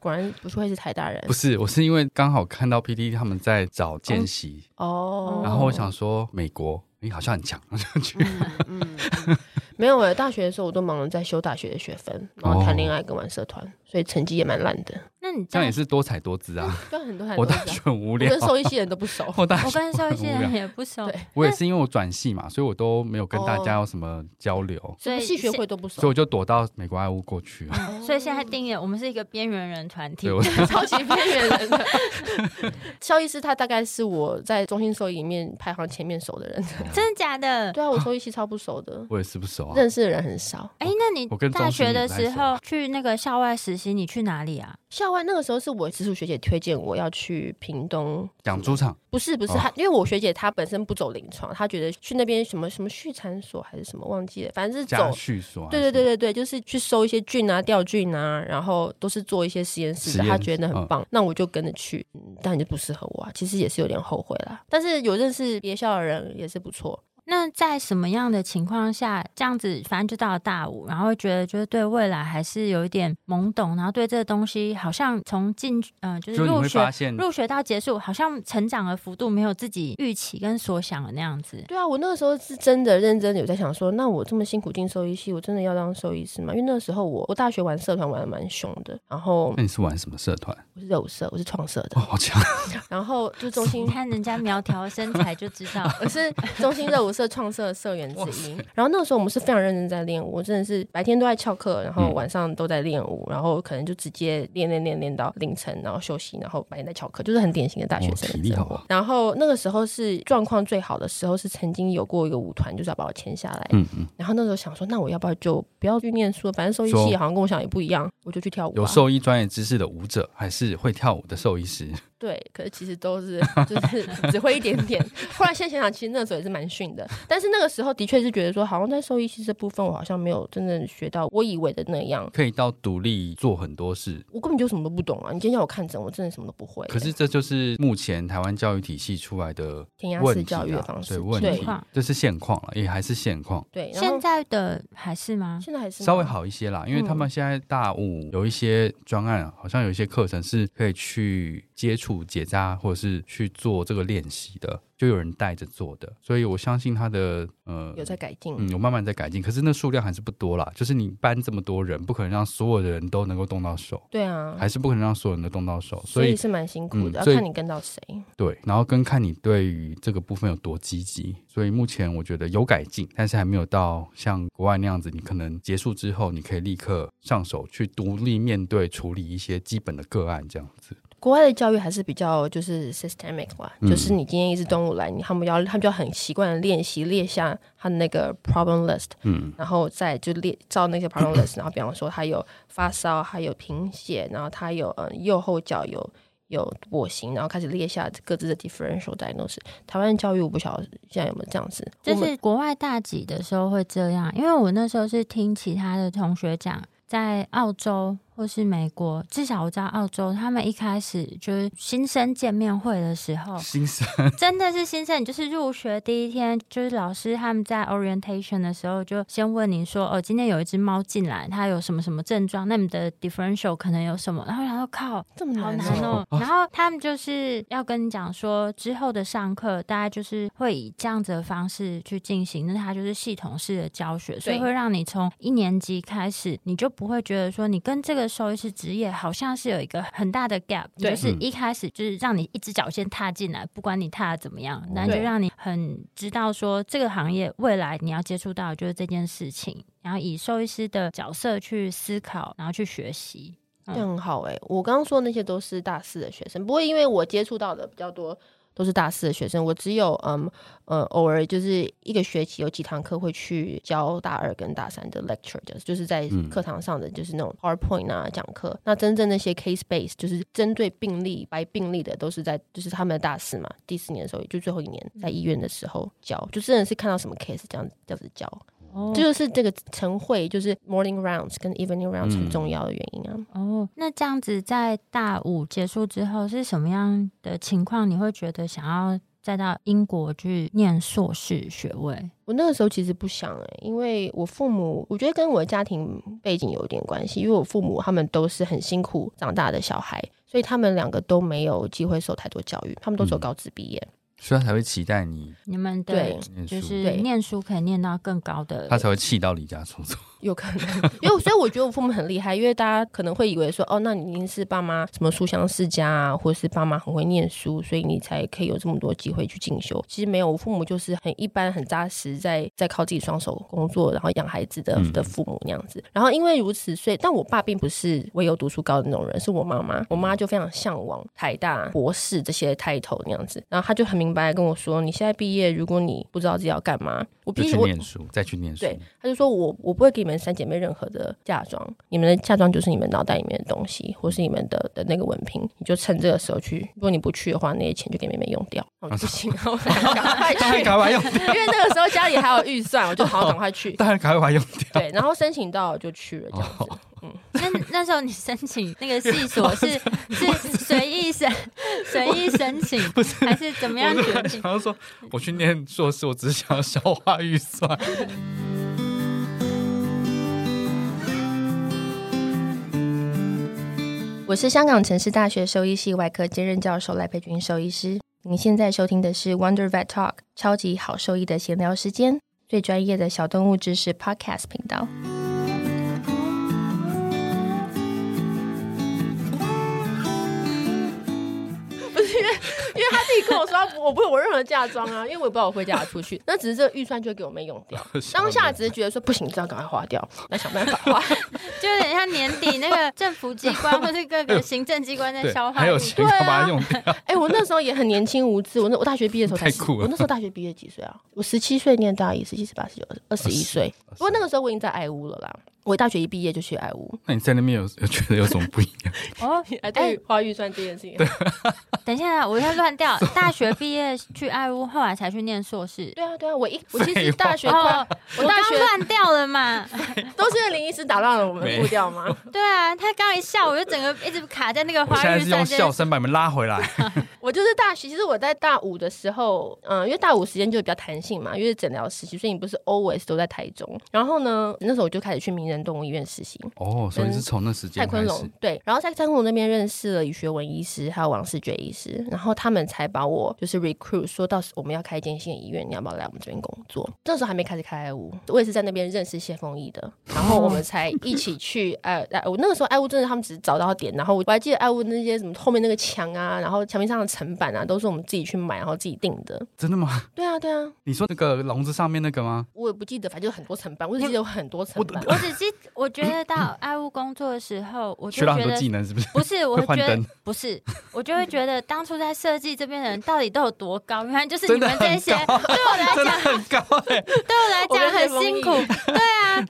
[SPEAKER 3] 果然不愧是台大人
[SPEAKER 2] 不是，我是因为刚好看到 P D 他们在找见习，
[SPEAKER 3] 哦。
[SPEAKER 2] 然后我想说美国，你好像很强，
[SPEAKER 3] 嗯，嗯嗯没有哎、大学的时候我都忙着在修大学的学分，然后
[SPEAKER 2] 哦
[SPEAKER 3] 谈恋爱跟玩社团，所以成绩也蛮烂的。
[SPEAKER 1] 那你
[SPEAKER 2] 这样也
[SPEAKER 1] 是，
[SPEAKER 2] 是多彩多姿啊。
[SPEAKER 3] 对，嗯很多很
[SPEAKER 2] 我
[SPEAKER 3] 多
[SPEAKER 2] 大学很无聊，
[SPEAKER 4] 跟兽医系人都不
[SPEAKER 2] 。
[SPEAKER 4] 熟
[SPEAKER 2] 我大
[SPEAKER 1] 我
[SPEAKER 2] 学
[SPEAKER 1] 跟兽医系
[SPEAKER 2] 很无
[SPEAKER 1] 人
[SPEAKER 2] 聊
[SPEAKER 1] 也不熟，
[SPEAKER 3] 对
[SPEAKER 2] 我也是因为我转系嘛，所以我都没有跟大家有什么交流，
[SPEAKER 3] 哦
[SPEAKER 1] 所以
[SPEAKER 3] 戏学会都不
[SPEAKER 2] 所以
[SPEAKER 3] 熟，
[SPEAKER 2] 我就躲到美国爱屋过去
[SPEAKER 3] 嗯
[SPEAKER 2] 了。
[SPEAKER 1] 所以现在定义我们是一个边缘人团体
[SPEAKER 2] 对，。 我，
[SPEAKER 3] 超级边缘人的。
[SPEAKER 4] 肖医师他大概是我在中心兽医里面排行前面熟的人，
[SPEAKER 1] 真的假的？
[SPEAKER 3] 对啊，我收益系超不熟的
[SPEAKER 2] 我也是不熟啊。
[SPEAKER 3] 认识的人很少。
[SPEAKER 1] 哎，那你
[SPEAKER 2] 我跟
[SPEAKER 1] 大
[SPEAKER 2] 中
[SPEAKER 1] 学
[SPEAKER 2] 心
[SPEAKER 1] 的
[SPEAKER 2] 也不太
[SPEAKER 1] 时
[SPEAKER 2] 熟
[SPEAKER 1] 候去那个校外实习，你去哪里啊？
[SPEAKER 3] 校外那个时候是我直属学姐推荐我要去屏东。
[SPEAKER 2] 讲猪场
[SPEAKER 3] 不是不是，
[SPEAKER 2] 哦
[SPEAKER 3] 她因为我学姐她本身不走临床，她觉得去那边什么什么畜产所还是什么忘记了，反正是
[SPEAKER 2] 家啊
[SPEAKER 3] 走
[SPEAKER 2] 叙所，
[SPEAKER 3] 对对对，对对，就是去收一些菌啊、吊菌啊，然后都是做一些实验
[SPEAKER 2] 实
[SPEAKER 3] 室的，
[SPEAKER 2] 验嗯
[SPEAKER 3] 他觉得很棒，那我就跟着去，嗯但就不适合我啊，其实也是有点后悔啦。但是有认识别校的人也是不错，
[SPEAKER 1] 那在什么样的情况下，这样子反正就到了大五，然后会觉得就是对未来还是有一点懵懂，然后对这个东西好像从进嗯、呃、就是
[SPEAKER 2] 就你
[SPEAKER 1] 入
[SPEAKER 2] 会
[SPEAKER 1] 学
[SPEAKER 2] 发现，
[SPEAKER 1] 入学到结束，好像成长的幅度没有自己预期跟所想的那样子。
[SPEAKER 3] 对啊，我那个时候是真的认真地有在想说，那我这么辛苦进兽医系，我真的要当兽医师吗？因为那个时候我我大学玩社团玩的蛮凶的，然后
[SPEAKER 2] 那你是玩什么社团？
[SPEAKER 3] 我是热舞社，我是创社
[SPEAKER 2] 哦，
[SPEAKER 3] 的，
[SPEAKER 2] 好强！
[SPEAKER 3] 然后就中
[SPEAKER 1] 你
[SPEAKER 3] 心
[SPEAKER 1] 看人家苗条身材就知道，
[SPEAKER 3] 我是中心热舞社创社的社员之一。然后那个时候我们是非常认真在练舞，我真的是白天都在翘课，然后
[SPEAKER 2] 嗯
[SPEAKER 3] 晚上都在练舞，然后可能就直接练练练练到凌晨，然后休息，然后白天在翘课，就是很典型的大学生
[SPEAKER 2] 哦体
[SPEAKER 3] 的
[SPEAKER 2] 力
[SPEAKER 3] 生
[SPEAKER 2] 好
[SPEAKER 3] 活
[SPEAKER 2] 啊。
[SPEAKER 3] 然后那个时候是状况最好的时候，是曾经有过一个舞团就是要把我签下来，
[SPEAKER 2] 嗯嗯，
[SPEAKER 3] 然后那时候想说，那我要不要就不要去念书，反正收益
[SPEAKER 2] 说
[SPEAKER 3] 系好像跟我想也不一样，我就去跳舞啊吧。
[SPEAKER 2] 有兽医专业知识的舞者，还是会跳舞的兽医 师，
[SPEAKER 3] 对，可是其实都是就是 只会一点点。后来现在想想，其实那时候也是蛮逊的，但是那个时候的确是觉得说，好像在兽医系这部分，我好像没有真正学到我以为的那样。
[SPEAKER 2] 可以到独立做很多事。
[SPEAKER 3] 我根本就什么都不懂啊！你今天要我看诊，我真的什么都不会、
[SPEAKER 2] 可是这就是目前台湾教育体系出来的
[SPEAKER 3] 填鸭
[SPEAKER 2] 问
[SPEAKER 3] 式
[SPEAKER 2] 题、啊，
[SPEAKER 3] 教育的方式，
[SPEAKER 2] 对问
[SPEAKER 3] 对
[SPEAKER 2] 题，这是现况了，也还是现况。
[SPEAKER 3] 对然后
[SPEAKER 1] 现在的还是吗？
[SPEAKER 3] 现在还是啊
[SPEAKER 2] 稍微
[SPEAKER 3] 吗。
[SPEAKER 2] 好一些啦，因为他们现在大五有一些专案啊，好像有一些课程是可以去接触结扎，或者是去做这个练习的，就有人带着做的，所以我相信他的呃
[SPEAKER 3] 有在改进，
[SPEAKER 2] 嗯有慢慢在改进，可是那数量还是不多啦，就是你班这么多人，不可能让所有的人都能够动到手，
[SPEAKER 3] 对啊，
[SPEAKER 2] 还是不可能让所有人都动到手，
[SPEAKER 3] 所
[SPEAKER 2] 所
[SPEAKER 3] 以
[SPEAKER 2] 以
[SPEAKER 3] 是蛮辛苦
[SPEAKER 2] 嗯
[SPEAKER 3] 的，要
[SPEAKER 2] 所以
[SPEAKER 3] 看你跟到谁。
[SPEAKER 2] 对，然后跟看你对于这个部分有多积极，所以目前我觉得有改进，但是还没有到像国外那样子，你可能结束之后，你可以立刻上手去独立面对处理一些基本的个案这样子。
[SPEAKER 3] 国外的教育还是比较就是 systemic 啦，
[SPEAKER 2] 嗯
[SPEAKER 3] 就是你今天一只动物来，你他们要他们就要很习惯地练习列下它的那个 problem list，
[SPEAKER 2] 嗯，，
[SPEAKER 3] 然后再就列照那些 problem list，然后比方说它有发烧，还有贫血，然后它有嗯右后脚有有跛行，然后开始列下各自的 differential diagnosis。台湾教育我不晓得现在有没有这样子，
[SPEAKER 1] 就
[SPEAKER 3] 我们
[SPEAKER 1] 是国外大几的时候会这样，因为我那时候是听其他的同学讲，在澳洲或是美国，至少我知道澳洲，他们一开始就是新生见面会的时候
[SPEAKER 2] 新生
[SPEAKER 1] 真的是新生，你就是入学第一天，就是老师他们在 orientation 的时候就先问你说，哦，今天有一只猫进来，它有什么什么症状，那你的 differential 可能有什么，然后然后靠，
[SPEAKER 3] 这么
[SPEAKER 1] 好
[SPEAKER 3] 难
[SPEAKER 1] 难
[SPEAKER 3] 哦。
[SPEAKER 1] 哦。然后他们就是要跟你讲说，之后的上课大概就是会以这样子的方式去进行，那它就是系统式的教学，所以会让你从一年级开始，你就不会觉得说你跟这个兽医师职业好像是有一个很大的 gap，
[SPEAKER 3] 对
[SPEAKER 1] 就是一开始就是让你一只脚先踏进来，不管你踏的怎么样，那就
[SPEAKER 3] 对
[SPEAKER 1] 让你很知道说这个行业未来你要接触到的就是这件事情。然后以兽医师的角色去思考，然后去学习。
[SPEAKER 2] 嗯
[SPEAKER 3] 这样很好哎、我刚刚说的那些都是大四的学生，不过因为我接触到的比较多都是大四的学生，我只有嗯呃偶尔就是一个学期有几堂课会去教大二跟大三的 lecture，就是就是在
[SPEAKER 2] 嗯
[SPEAKER 3] 课堂上的就是那种 PowerPoint 啊讲课。那真正那些 case base 就是针对病例 by 病例的，都是在就是他们的大四嘛，第四年的时候，也就最后一年
[SPEAKER 2] 嗯
[SPEAKER 3] 在医院的时候教，就真的是看到什么 case 这样这样子教。
[SPEAKER 1] 哦
[SPEAKER 3] 这就是这个晨会，就是 morning rounds 跟 evening rounds
[SPEAKER 2] 嗯
[SPEAKER 3] 很重要的原因啊。
[SPEAKER 1] 哦，那这样子在大五结束之后是什么样的情况？你会觉得想要再到英国去念硕士学位？
[SPEAKER 3] 我那个时候其实不想哎、因为我父母，我觉得跟我的家庭背景有一点关系，因为我父母他们都是很辛苦长大的小孩，所以他们两个都没有机会受太多教育，他们都走
[SPEAKER 2] 嗯
[SPEAKER 3] 高职毕业。
[SPEAKER 2] 所以他才会期待你
[SPEAKER 1] 你们的
[SPEAKER 4] 对
[SPEAKER 2] 念
[SPEAKER 1] 就
[SPEAKER 2] 书，
[SPEAKER 1] 是
[SPEAKER 4] 对
[SPEAKER 1] 念书可以念到更高的，
[SPEAKER 2] 他才会气到离家出走。
[SPEAKER 4] 有可能。
[SPEAKER 3] 因为所以我觉得我父母很厉害，因为大家可能会以为说，哦，那你一定是爸妈什么书香世家啊，或是爸妈很会念书，所以你才可以有这么多机会去进修。其实没有，我父母就是很一般、很扎实在，在靠自己双手工作，然后养孩子的
[SPEAKER 2] 嗯
[SPEAKER 3] 的父母那样子。然后因为如此，所以但我爸并不是唯有读书高的那种人，是我妈妈，我妈就非常向往台大博士这些 title 那样子。然后她就很明白地跟我说，你现在毕业，如果你不知道自己要干嘛，我
[SPEAKER 2] 就
[SPEAKER 3] 毕
[SPEAKER 2] 去
[SPEAKER 3] 竟我
[SPEAKER 2] 念书，再去念书。
[SPEAKER 3] 对，他就说我我不会给你们三姐妹任何的嫁妆，你们的嫁妆就是你们脑袋里面的东西，或是你们的的那个文凭，你就趁这个时候去。如果你不去的话，那些钱就给妹妹用掉。我就不行，哦然后我赶快去，
[SPEAKER 2] 当然赶快用，
[SPEAKER 3] 因为那个时候家里还有预算，我就好好赶快 去。
[SPEAKER 2] 当然赶快用掉。
[SPEAKER 3] 对，然后申请到就去了这样子。
[SPEAKER 1] 那那时候你申请那个系所是 是随意申随意申请，还是怎么样
[SPEAKER 2] 我
[SPEAKER 1] 决
[SPEAKER 2] 就
[SPEAKER 1] 定
[SPEAKER 2] 想？要说，我去念硕士，我只是想要消化预算。
[SPEAKER 3] 我是香港城市大学兽医系外科兼任教授赖佩君兽医师。您现在收听的是 Wonder Vet Talk 超级好兽医的闲聊时间，最专业的小动物知识 Podcast 频道。
[SPEAKER 4] 不是因为，因为他自己跟我说他不，我不会有任何嫁妆啊，因为我也不知道我会嫁得出去。那只是这个预算就给我妹用 掉，当下只是觉得说不行，这样赶快花掉，那想办法花。
[SPEAKER 1] 就有点像年底那个政府机关或是各 个行政机关在
[SPEAKER 2] 对
[SPEAKER 1] 消，化
[SPEAKER 2] 还有
[SPEAKER 1] 你啊
[SPEAKER 2] 钱要把它用掉。
[SPEAKER 3] 哎、我那时候也很年轻无知，我那我大学毕业的时候才
[SPEAKER 2] 太酷了
[SPEAKER 3] 我那时候大学毕业几岁啊？我十七岁念大一，十七、十八、十九、二十一岁。不过那个时候我已经在爱屋了啦，我大学一毕业就去爱屋。
[SPEAKER 2] 那你在那边有有觉得有什么不一 样？
[SPEAKER 1] 哦。
[SPEAKER 4] 哎，对于花预算这件事情，
[SPEAKER 1] 等一下，我要乱掉。大学毕业去爱屋，后来才去念硕士。
[SPEAKER 3] 对啊，对啊，我一
[SPEAKER 4] 我其实大学快
[SPEAKER 1] 哦，
[SPEAKER 4] 我
[SPEAKER 1] 我
[SPEAKER 4] 大
[SPEAKER 1] 刚
[SPEAKER 4] 学
[SPEAKER 1] 乱掉 了嘛？
[SPEAKER 4] 都是林医师打乱了我们的步调吗？
[SPEAKER 1] 对啊，他刚一笑，我就整个一直卡在那个
[SPEAKER 2] 我
[SPEAKER 1] 花
[SPEAKER 2] 现在
[SPEAKER 1] 预
[SPEAKER 2] 是
[SPEAKER 1] 算
[SPEAKER 2] 用
[SPEAKER 1] 这
[SPEAKER 2] 笑声把你们拉回来。
[SPEAKER 3] 我就是大学，其实我在大五的时候，嗯、因为大五时间就比较弹性嘛，因为诊疗实习，所以你不是 always 都在台中。然后呢，那时候我就开始去名人动物医院实习，
[SPEAKER 2] 哦，
[SPEAKER 1] 嗯
[SPEAKER 2] 所以是从那时
[SPEAKER 3] 蔡
[SPEAKER 2] 间
[SPEAKER 3] 坤
[SPEAKER 2] 开
[SPEAKER 3] 龙
[SPEAKER 2] 始。
[SPEAKER 3] 对，然后在蔡坤龙那边认识了李学文医师，还有王世觉医师，然后他们才把我就是 recruit 说到时我们要开一间新的医院，你要不要来我们这边工作？那时候还没开始开爱屋，我也是在那边认识谢凤仪的，然后我们才一起去 呃爱爱屋。那个时候爱屋真的他们只是找到点，然后我还记得爱屋那些什么后面那个墙啊，然后墙面上的层板啊，都是我们自己去买，然后自己定的。
[SPEAKER 2] 真的吗？
[SPEAKER 3] 对啊，对啊，
[SPEAKER 2] 你说那个笼子上面那个吗？
[SPEAKER 3] 我也不记得，反正就很多层板，我只记得有很多层板。
[SPEAKER 1] 我只记，我觉得到爱屋工作的时候，我就
[SPEAKER 2] 学到很
[SPEAKER 1] 觉
[SPEAKER 2] 多
[SPEAKER 1] 得
[SPEAKER 2] 技能是不是？
[SPEAKER 1] 不是，我
[SPEAKER 2] 换
[SPEAKER 1] 觉得
[SPEAKER 2] 灯
[SPEAKER 1] 不是，我就会觉得当初在设计这边的人到底都有多高？原来就是你
[SPEAKER 2] 真的
[SPEAKER 1] 们这
[SPEAKER 2] 很
[SPEAKER 1] 些，对
[SPEAKER 2] 高
[SPEAKER 1] 我来
[SPEAKER 2] 真的
[SPEAKER 1] 讲，
[SPEAKER 2] 很高 哎、
[SPEAKER 1] 对我来
[SPEAKER 4] 我
[SPEAKER 1] 讲
[SPEAKER 4] 们
[SPEAKER 1] 很
[SPEAKER 4] 是
[SPEAKER 1] 辛苦
[SPEAKER 4] 风。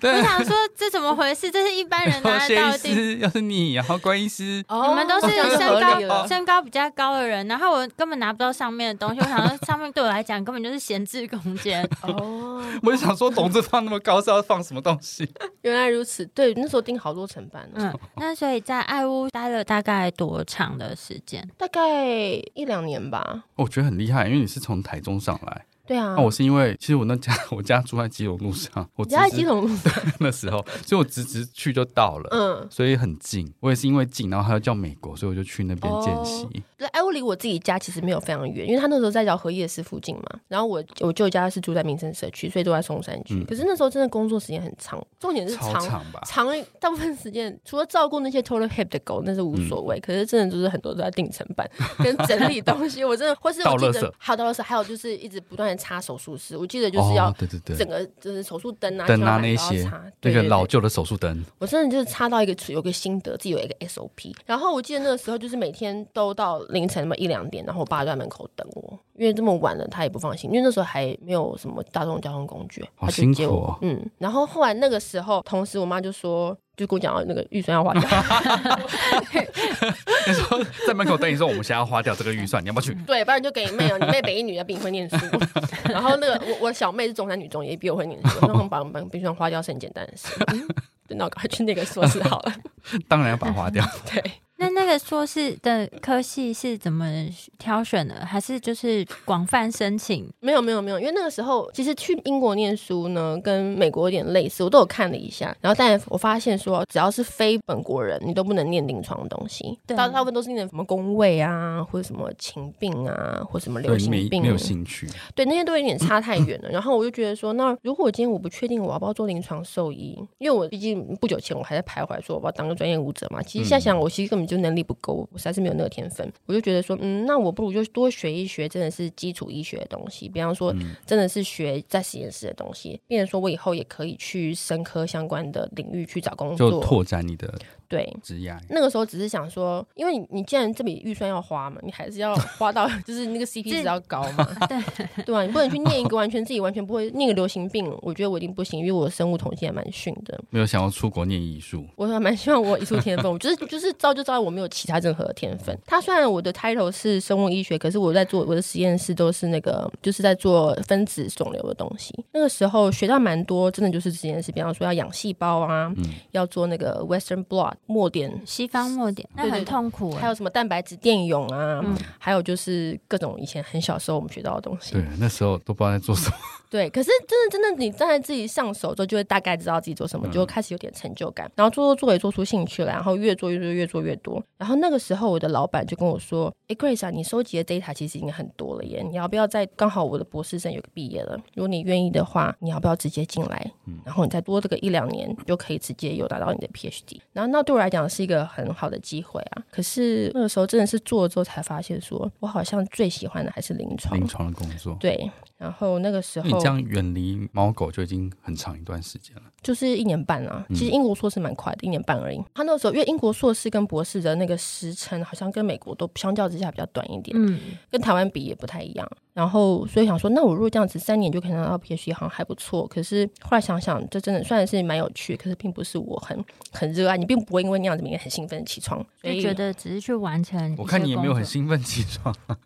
[SPEAKER 1] 对啊，我想说这怎么回事？这是一般人
[SPEAKER 2] 然后
[SPEAKER 1] 拿得
[SPEAKER 2] 谢
[SPEAKER 1] 到
[SPEAKER 2] 医
[SPEAKER 1] 的地。
[SPEAKER 2] 师，又是你，然后关医师，
[SPEAKER 4] 哦
[SPEAKER 1] 你
[SPEAKER 3] 哦
[SPEAKER 1] 们都是
[SPEAKER 3] 这样就
[SPEAKER 1] 身
[SPEAKER 3] 合理
[SPEAKER 1] 高
[SPEAKER 3] 了
[SPEAKER 1] 身高比较高的人，然后我根本拿不到上面的东西。我想说，上面对我来讲根本就是闲置空间。
[SPEAKER 3] 哦，
[SPEAKER 2] 我就想说笼子放那么高是要放什么东西？
[SPEAKER 3] 原来如此。对，那时候订好多层板、哦。
[SPEAKER 1] 嗯，那所以在爱屋待了大概多长的时间？
[SPEAKER 3] 大概一两年吧。
[SPEAKER 2] 我觉得很厉害，因为你是从台中上来，
[SPEAKER 3] 对啊，
[SPEAKER 2] 那、哦我是因为其实我那家 我家住在基隆路上，我
[SPEAKER 3] 嗯你家在
[SPEAKER 2] 直
[SPEAKER 3] 基隆路上，
[SPEAKER 2] 那时候，所以我直直去就到了。
[SPEAKER 3] 嗯，
[SPEAKER 2] 所以很近，我也是因为近，然后还要叫美国，所以我就去那边
[SPEAKER 3] 哦
[SPEAKER 2] 见习。
[SPEAKER 3] 对，哎，我离我自己家其实没有非常远，因为他那时候在饶河夜市附近嘛。然后我我舅家是住在民生社区，所以都在松山区。
[SPEAKER 2] 嗯
[SPEAKER 3] 可是那时候真的工作时间很长，重点是
[SPEAKER 2] 超
[SPEAKER 3] 长
[SPEAKER 2] 长啊吧？
[SPEAKER 3] 长大部分时间，除了照顾那些 total hip 的狗，那是无所
[SPEAKER 2] 嗯
[SPEAKER 3] 谓。可是真的就是很多都在定成 版跟整理东西，我真的或是
[SPEAKER 2] 倒
[SPEAKER 3] 我记
[SPEAKER 2] 垃圾
[SPEAKER 3] 得还有倒垃圾，还有就是一直不断的擦手术室，我记得就是要
[SPEAKER 2] 哦、对对
[SPEAKER 3] 整
[SPEAKER 2] 对，
[SPEAKER 3] 个就是手术灯啊、
[SPEAKER 2] 灯啊
[SPEAKER 3] 修
[SPEAKER 2] 那
[SPEAKER 3] 理板都要
[SPEAKER 2] 些
[SPEAKER 3] 擦
[SPEAKER 2] 那
[SPEAKER 3] 对
[SPEAKER 2] 个
[SPEAKER 3] 对
[SPEAKER 2] 老
[SPEAKER 3] 对
[SPEAKER 2] 旧的手术灯，
[SPEAKER 3] 我真的就是差到一个有个心得，自己有一个 SOP。然后我记得那个时候就是每天都到凌晨那么一两点，然后我爸就在门口等我，因为这么晚了他也不放心，因为那时候还没有什么大众交通工具，
[SPEAKER 2] 好
[SPEAKER 3] 他
[SPEAKER 2] 辛
[SPEAKER 3] 就
[SPEAKER 2] 苦
[SPEAKER 3] 接我。
[SPEAKER 2] 哦。
[SPEAKER 3] 嗯，然后后来那个时候，同时我妈就说，就跟我讲到那个预算要花掉，
[SPEAKER 2] 那时候在门口等你说，我们现在要花掉这个预算，你要不要去？
[SPEAKER 3] 对，不然就给你妹啊，你妹北一女啊，比你会念书。 然后那个我我小妹是中山女中，也比我会念书，那我们把把预算花掉 是很简单的事。嗯，对那我赶快去那个硕士好了。
[SPEAKER 2] 当然要把它花掉。
[SPEAKER 3] 对，
[SPEAKER 1] 那那那个硕士的科系是怎么挑选的？还是就是广泛申请？
[SPEAKER 3] 没有没有没有，因为那个时候其实去英国念书呢，跟美国有点类似，我都有看了一下。然后，但我发现说，只要是非本国人，你都不能念临床的东西，
[SPEAKER 1] 对
[SPEAKER 3] 大大部分都是念什么工位啊，或者什么情病啊，或什么流
[SPEAKER 2] 对你
[SPEAKER 3] 行
[SPEAKER 2] 没
[SPEAKER 3] 病啊
[SPEAKER 2] 没有兴趣，
[SPEAKER 3] 对，那些都 有点差太远了。然后我就觉得说，那如果今天我不确定我要不要做临床兽医，因为我毕竟不久前我还在徘徊说我要当个专业舞者嘛。其实
[SPEAKER 2] 嗯
[SPEAKER 3] 现在想，我其实根本就能力不够，我实在是没有那个天分。我就觉得说，嗯，那我不如就多学一学，真的是基础医学的东西，比方说
[SPEAKER 2] 嗯
[SPEAKER 3] 真的是学在实验室的东西，变成说我以后也可以去生科相关的领域去找工
[SPEAKER 2] 就
[SPEAKER 3] 作。
[SPEAKER 2] 拓展你的
[SPEAKER 3] 对，
[SPEAKER 2] 职业。
[SPEAKER 3] 那个时候只是想说，因为你你既然这笔预算要花嘛，你还是要花到就是那个 CP 值要高嘛，对对吧、你不能去念一个完全自己完全不会念个流行病，我觉得我一定不行，因为我生物统计还蛮逊的。
[SPEAKER 2] 没有想要出国念艺术，
[SPEAKER 3] 我还蛮希望我有艺术天分，我就是就是造就造我没有其他任何的天分。他虽然我的 title 是生物医学，可是我在做我的实验室都是那个就是在做分子肿瘤的东西。那个时候学到蛮多，真的就是实验室，比方说要养细胞啊，要做那个 Western blot 末点
[SPEAKER 1] 西方墨点，那
[SPEAKER 3] 对
[SPEAKER 1] 很
[SPEAKER 3] 对
[SPEAKER 1] 痛苦欸。
[SPEAKER 3] 还有什么蛋白质电泳啊，
[SPEAKER 1] 嗯
[SPEAKER 3] 还有就是各种以前很小时候我们学到的东西。
[SPEAKER 2] 对，那时候都不知道在做什 么。
[SPEAKER 3] 对，可是真的真的，你站在自己上手之后，就会大概知道自己做什么，
[SPEAKER 2] 嗯
[SPEAKER 3] 就会开始有点成就感。然后做做做也做出兴趣了，然后越做越做越做越多。然后那个时候，我的老板就跟我说：“诶 g r a c e 啊，你收集的 data 其实已经很多了耶，你要不要再刚好我的博士生有个毕业了，如果你愿意的话，你要不要直接进来？
[SPEAKER 2] 嗯
[SPEAKER 3] 然后你再多这个一两年，你就可以直接有拿到你的 PhD。然后那对我来讲是一个很好的机会啊。可是那个时候真的是做了之后才发现说，我好像最喜欢的还是临床。
[SPEAKER 2] 临床的工作，
[SPEAKER 3] 对，然后那个时
[SPEAKER 2] 因
[SPEAKER 3] 候
[SPEAKER 2] 为你这样远离猫狗就已经很长一段时间了。
[SPEAKER 3] 就是一年半啊，其实英国硕士蛮快的，一年半而已。他那时候因为英国硕士跟博士的那个时程好像跟美国都相较之下比较短一点，
[SPEAKER 1] 嗯，
[SPEAKER 3] 跟台湾比也不太一样。然后所以想说，那我如果这样子三年就可以拿到 PhD，好像还不错。可是后来想想，这真的算是蛮有趣，可是并不是我很 很热爱，你并不会因为那样子每天很兴奋地起床，所
[SPEAKER 1] 就
[SPEAKER 3] 以嗯
[SPEAKER 1] 觉得只是去完成。
[SPEAKER 2] 我看你也没有 很，兴奋起床、啊，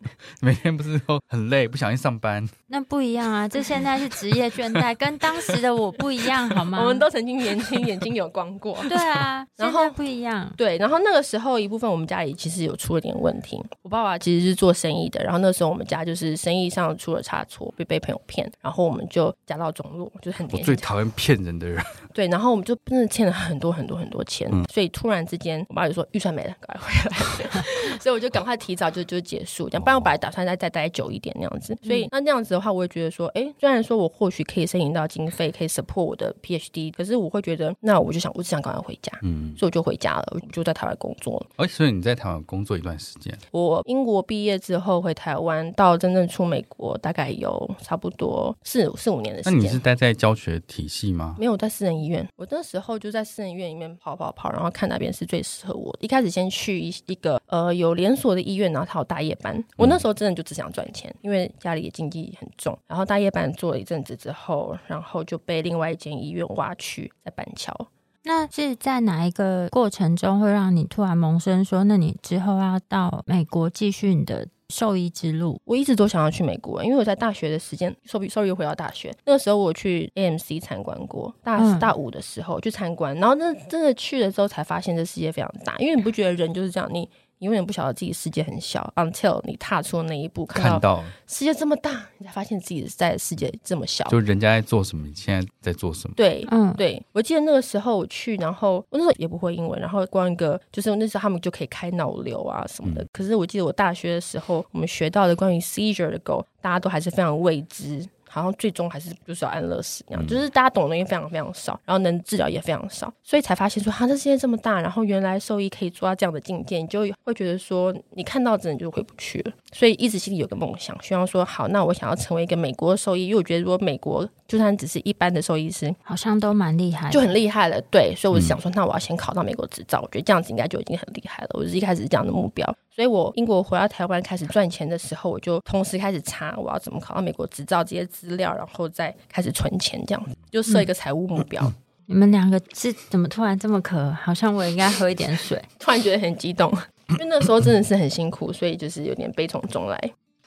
[SPEAKER 2] 每天不是都很累，不想去上班。
[SPEAKER 1] 那不一样啊！这现在是职业倦怠，跟当时的我不一样，好吗？
[SPEAKER 3] 我 们都曾经年轻，眼睛有光过。
[SPEAKER 1] 对啊，
[SPEAKER 3] 然
[SPEAKER 1] 现
[SPEAKER 3] 后
[SPEAKER 1] 在不一样。
[SPEAKER 3] 对，然后那个时候一部分我们家里其实有出了点问题，我爸爸其实是做生意的，然后那时候我们家就是生意上出了差错，被被朋友骗，然后我们就家道中落，就是很
[SPEAKER 2] 我
[SPEAKER 3] 典
[SPEAKER 2] 最
[SPEAKER 3] 型。
[SPEAKER 2] 讨厌骗人的人，
[SPEAKER 3] 对，然后我们就真的欠了很多很多很多钱，
[SPEAKER 2] 嗯
[SPEAKER 3] 所以突然之间我爸就说预算没了，赶快回来， 所以我就赶快提早就就结束，这样不然我本来打算再再待久一点那样子，所以
[SPEAKER 1] 嗯
[SPEAKER 3] 那那样子的话，我也觉得说，哎，虽然说我或许可以申请到经费，可以 support 我的 PhD，可是我会觉得，那我就想我只想赶快回家。
[SPEAKER 2] 嗯，
[SPEAKER 3] 所以我就回家了，我就在台湾工作了。
[SPEAKER 2] 而哎所以你在台湾工作一段时间，
[SPEAKER 3] 我英国毕业之后回台湾，到真正出美国，大概有差不多四四五年的
[SPEAKER 2] 那
[SPEAKER 3] 时
[SPEAKER 2] 你
[SPEAKER 3] 间
[SPEAKER 2] 是。待在教学体系吗？
[SPEAKER 3] 没有在私人医院，我那时候就在私人医院里面跑跑跑，然后看哪边是最适合我的。一开始先去一一个呃有连锁的医院，然后它有大夜班。我
[SPEAKER 2] 嗯
[SPEAKER 3] 那时候真的就只想赚钱，因为家里的经济很重。然后大夜班做了一阵子之后，然后就被另外一间医院挖去，在板桥。
[SPEAKER 1] 那是在哪一个过程中会让你突然萌生说，那你之后要到美国继续你的兽医之路？
[SPEAKER 3] 我一直都想要去美国，因为我在大学的时间，sorry sorry 又回到大学，那个时候我去 AMC 参观过，大、
[SPEAKER 1] 嗯
[SPEAKER 3] 大五的时候去参观，然后那真的去了之后才发现这世界非常大，因为你不觉得人就是这样，你你永远不晓得自己世界很小，until 你踏出那一步，看
[SPEAKER 2] 看
[SPEAKER 3] 到哦
[SPEAKER 2] 到
[SPEAKER 3] 世界这么大，你才发现自己在世界这么小。
[SPEAKER 2] 就人家在做什么，你现在在做什么？
[SPEAKER 3] 对，
[SPEAKER 1] 嗯，
[SPEAKER 3] 对，我记得那个时候我去，然后我那时候也不会英文，然后光一个就是那时候他们就可以开脑瘤啊什么的。
[SPEAKER 2] 嗯
[SPEAKER 3] 可是我记得我大学的时候，我们学到的关于 seizure 的狗，大家都还是非常未知。好像最终还是就是要安乐死那样，就是大家懂的东西非常非常少，然后能治疗也非常少，所以才发现说，啊哈、这世界这么大，然后原来兽医可以做到这样的境界，你就会觉得说，你看到真的就回不去了。所以一直心里有个梦想，希望说，好，那我想要成为一个美国的兽医，因为我觉得如果美国就算只是一般的兽医师，
[SPEAKER 1] 好像都蛮厉害的，
[SPEAKER 3] 就很厉害了。对，所以我想说，那我要先考到美国执照，我觉得这样子应该就已经很厉害了。我是一开始是这样的目标，所以我英国回到台湾开始赚钱的时候，我就同时开始查我要怎么考到美国执照这些资料，然后再开始存钱，这样子就设一个财务目标。
[SPEAKER 1] 你们两个是怎么突然这么渴？好像我应该喝一点 水。
[SPEAKER 3] 突然觉得很激动，因为那时候真的是很辛苦，所以就是有点悲从中来。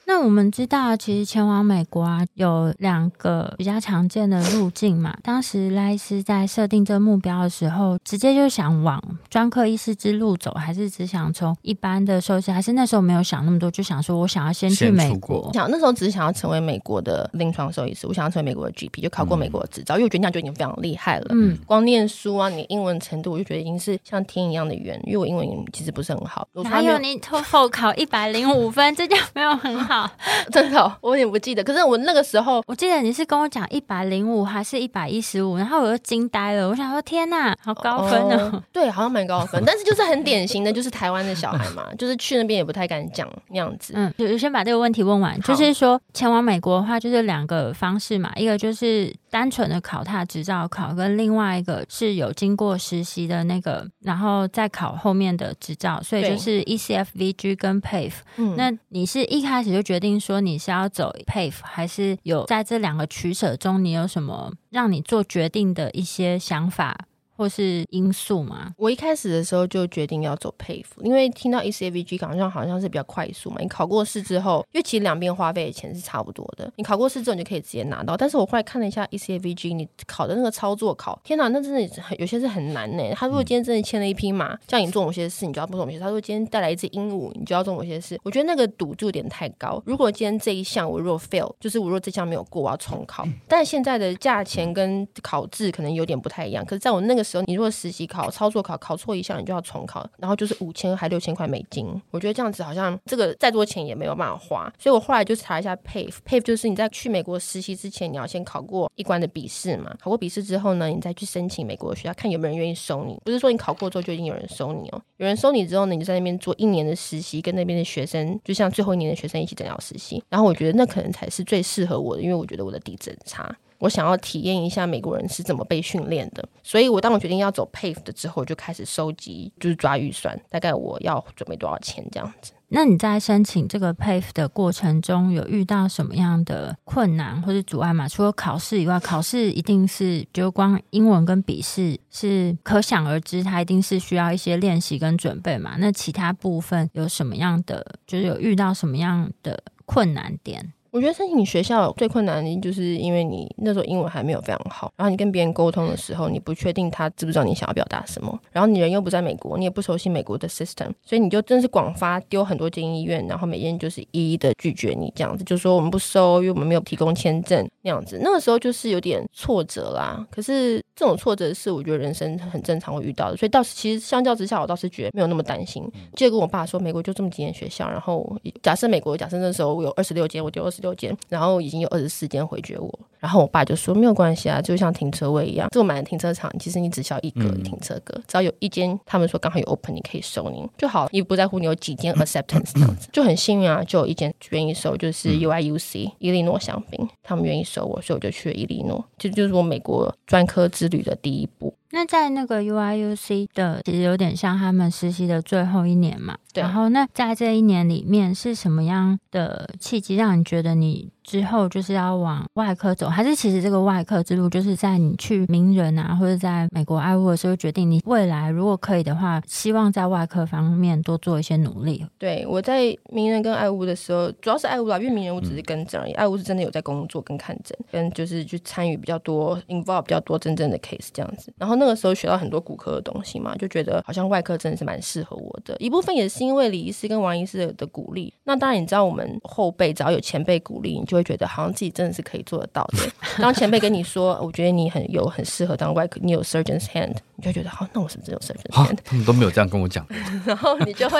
[SPEAKER 1] 那我们知道，其实前往美国啊，有两个比较常见的路径嘛。当时赖斯在设定这目标的时候，直接就想往专科医师之路走，还是只想从一般的收治，还是那时候没有想那么多，就想说我想要先去
[SPEAKER 2] 先
[SPEAKER 1] 美
[SPEAKER 2] 出国
[SPEAKER 1] 国。
[SPEAKER 4] 嗯
[SPEAKER 3] 想那时候只是想要成为美国的临床兽医师，我想要成为美国的 GP，就考过美国的执照，因为我觉得那样就已经非常厉害了。
[SPEAKER 1] 嗯，
[SPEAKER 3] 光念书啊，你英文程度，我就觉得已经是像天一样的远，因为我英文其实不是很好。我从
[SPEAKER 1] 哪
[SPEAKER 3] 来没
[SPEAKER 1] 有你托后考一百零五分，这就没有很好。
[SPEAKER 3] 真的哦、我有点不记得。可是我那个时候，
[SPEAKER 1] 我记得你是跟我讲一百零五还是一百一十五，然后我就惊呆了，我想说天呐，好高分哦！
[SPEAKER 3] 哦对，好像蛮高的分，但是就是很典型的，就是台湾的小孩嘛， 就是去那边也不太敢讲那样子。
[SPEAKER 1] 嗯，就先把这个问题问完，
[SPEAKER 3] 好
[SPEAKER 1] 就是说前往美国的话，就是两个方式嘛，一个就是单纯的考他执照考，跟另外一个是有经过实习的那个，然后再考后面的执照，所以
[SPEAKER 3] 对
[SPEAKER 1] 就是 E ECFVG 跟 PAVE。
[SPEAKER 3] 嗯，
[SPEAKER 1] 那你是一开始就决定说你是要走 PAVE，还是有在这两个取舍中，你有什么让你做决定的一些想法或是因素吗？
[SPEAKER 3] 我一开始的时候就决定要走佩服，因为听到 ECVG 好像好像是比较快速嘛。你考过试之后，因为其实两边花费的钱是差不多的，你考过试之后你就可以直接拿到。但是我后来看了一下 ECVG，你考的那个操作考，天哪，那真的很有些是很难呢、他如果今天真的牵了一匹马，叫你做某些事，你就要做某些事；他说今天带来一只鹦鹉，你就要做某些事。我觉得那个赌注点太高。如果今天这一项我若 fail，就是我若这项没有过，我要重考。但现在的价钱跟考制可能有点不太一样。可是在我那个时候，你如果实习考、操作考考错一项，你就要重考，然后就是五千还六千块美金。我觉得这样子好像这个再多钱也没有办法花，所以我后来就查一下 PAVE，PAVE 就是你在去美国实习之前，你要先考过一关的笔试嘛，考过笔试之后呢，你再去申请美国的学校，看有没有人愿意收你。不是说你考过之后就已经有人收你哦，有人收你之后呢，你就在那边做一年的实习，跟那边的学生，就像最后一年的学生一起诊疗实习。然后我觉得那可能才是最适合我的，因为我觉得我的底子很差。我想要体验一下美国人是怎么被训练的，所以我当我决定要走 PAVE E 的之后，我就开始收集，就是抓预算，大概我要准备多少钱这样子。
[SPEAKER 1] 那你在申请这个 PAVE 的过程中，有遇到什么样的困难或是阻碍吗？除了考试以外，考试一定是就光英文跟笔试是可想而知，它一定是需要一些练习跟准备嘛。那其他部分有什么样的，就是有遇到什么样的困难点？
[SPEAKER 3] 我觉得申请学校最困难的就是因为你那时候英文还没有非常好，然后你跟别人沟通的时候，你不确定他知不知道你想要表达什么，然后你人又不在美国，你也不熟悉美国的 system，所以你就真是广发丢很多间医院，然后每间就是一一的拒绝你这样子，就说我们不收，因为我们没有提供签证那样子。那个时候就是有点挫折啦，可是这种挫折是我觉得人生很正常会遇到的，所以倒是其实相较之下，我倒是觉得没有那么担心，就跟我爸说，美国就这么几间学校，然后假设美国假设那时候我有二十六间，我丢二十六间，然后已经有二十四间回绝我，然后我爸就说没有关系啊，就像停车位一样，这个买的停车场其实你只需要一个
[SPEAKER 2] 嗯
[SPEAKER 3] 停车格，只要有一间他们说刚好有 open，你可以收你就好，你不在乎你有几间 acceptance 这样子，就很幸运啊，就有一间愿意收，就是 UIUC 伊利诺香槟，他们愿意收我，所以我就去了伊利诺，这就是我美国专科之旅的第一步。
[SPEAKER 1] 那在那个 UIUC 的，其实有点像他们实习的最后一年嘛。
[SPEAKER 3] 对
[SPEAKER 1] 然后那在这一年里面，是什么样的契机让你觉得你之后就是要往外科走？还是其实这个外科之路，就是在你去名人啊，或者在美国爱沃的时候，决定你未来如果可以的话，希望在外科方面多做一些努力。
[SPEAKER 3] 对，我在名人跟爱屋的时候，主要是爱屋啦，因为名人我只是跟诊而已，爱屋是真的有在工作跟看诊，跟就是去参与比较多，involve 比较多真正的 case 这样子。然后那个时候学到很多骨科的东西嘛，就觉得好像外科真的是蛮适合我的。一部分也是因为李医师跟王医师的鼓励。那当然，你知道我们后辈只要有前辈鼓励，你就会觉得好像自己真的是可以做得到的。当前辈跟你说，我觉得你很有很适合当外科，你有 surgeon's hand，你就会觉得好，那我是不是有 surgeon's
[SPEAKER 2] 啊
[SPEAKER 3] hand？，
[SPEAKER 2] 他们都没有这样跟我讲。
[SPEAKER 3] 然后你就会，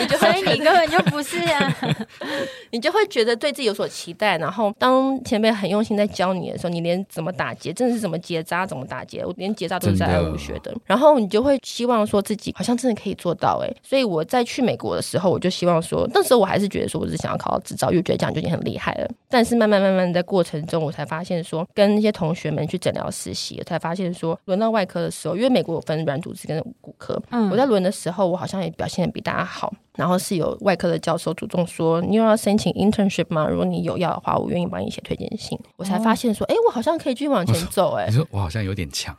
[SPEAKER 3] 你就
[SPEAKER 1] 所
[SPEAKER 3] 会
[SPEAKER 1] 以你根本就不是 啊！
[SPEAKER 3] 你就会觉得对自己有所期待，然后当前辈很用心在教你的时候，你连怎么打结，真的是怎么结扎，怎么打结，我连结扎都是在
[SPEAKER 2] 真
[SPEAKER 3] 爱
[SPEAKER 2] 的
[SPEAKER 3] 物学的。然后你就会希望说自己好像真的可以做到哎、欸所以我在去美国的时候，我就希望说，那时候我还是觉得说我只想要考到执照，因为我觉得这样就已经很厉害了。但是慢慢慢慢在过程中，我才发现说，跟那些同学们去诊疗实习，才发现说，轮到外科的时候，因为美国有分软组织跟骨科，
[SPEAKER 1] 嗯
[SPEAKER 3] 我在轮的时候，我好像也表现的比大家好，然后是有外科的教授主动说：“你有要申请 internship 吗？如果你有要的话，我愿意帮你写推荐信。”我才发现说：“哎、我好像可以继续往前走、诶，
[SPEAKER 2] 你说我好像有点强，